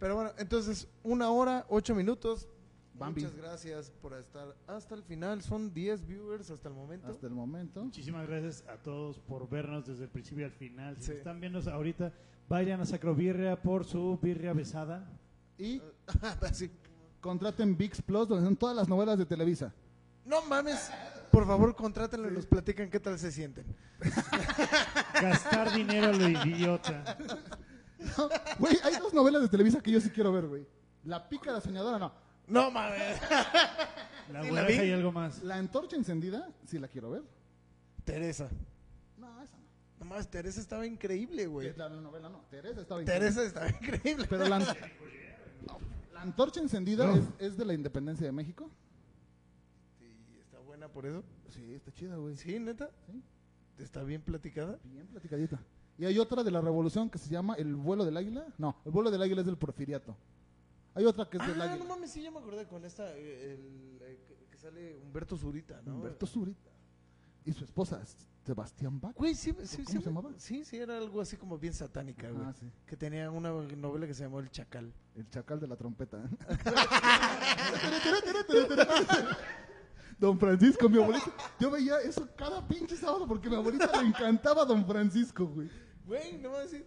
Pero bueno, entonces, una hora, ocho minutos.
Bambi.
Muchas gracias por estar hasta el final. Son 10 viewers hasta el momento.
Hasta el momento.
Muchísimas gracias a todos por vernos desde el principio al final. Si
Sí.
nos están viendo ahorita, vayan a Sacrovirria por su birria besada.
Y
Eh. Sí.
contraten VIX Plus, donde están todas las novelas de Televisa.
No mames, por favor, contrátenlo y nos platican qué tal se sienten.
Gastar dinero a lo idiota.
Güey, hay dos novelas de Televisa que yo sí quiero ver, güey. La pica de la soñadora, no.
No mames.
La
Sí, la
hueveja
vi.
y algo más.
La antorcha encendida, sí la quiero ver.
Teresa.
No, esa no.
No mames, Teresa estaba increíble, güey.
La novela no. Teresa estaba
Teresa estaba increíble.
Pero la, la antorcha encendida es, es de la independencia de México.
Sí, está buena por eso.
Sí, está chida, güey.
Sí, neta.
Sí.
Está bien platicada.
Bien platicadita. Y hay otra de la revolución que se llama El vuelo del águila. No, el vuelo del águila es del porfiriato. Hay otra que es del
Ah, no
águila.
mames, sí, ya me acordé con esta. eh, el, eh, que- que sale Humberto Zurita, ¿no?
Humberto Zurita. Y su esposa, Sebastián Bach.
Güey, sí, sí,
¿Cómo
sí,
se llamaba?
Sí, sí, era algo así como bien satánica, güey.
Ah, sí.
Que tenía una novela que se llamó El Chacal.
El chacal de la trompeta. Don Francisco, mi abuelita. Yo veía eso cada pinche sábado porque a mi abuelita le encantaba Don Francisco, güey.
Güey, no mames, sí,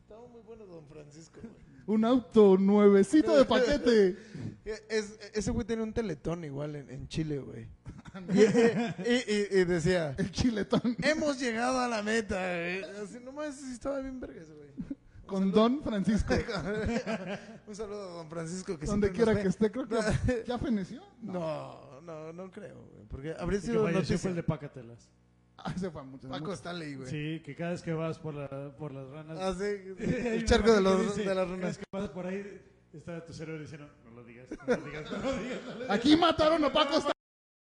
estaba muy bueno Don Francisco, güey.
Un auto nuevecito de paquete.
Eh, es- ese güey tenía un teletón igual en, en Chile, güey. y, eh, y- y- y decía,
El chiletón.
hemos llegado a la meta, güey. Así, no mames, sí estaba bien verga ese güey.
Con Don Francisco.
Un saludo a Don Francisco que siempre
Donde
nos
quiera
ve.
que esté, creo que ya feneció.
No, no, no creo, güey. Porque habría
El que
sido
falleció
noticia.
fue el de Pácatelas.
Ah, se fue mucho.
Paco Stanley, güey.
Sí, que cada vez que vas por, la, por las ranas.
Ah, sí, sí.
Hay
El
una
charco de,
imagen que
los,
dice,
de las
cada vez
runas.
que vas por ahí, está tu cerebro diciendo: No lo digas, no lo digas, no lo digas. No lo digas.
Aquí mataron a Paco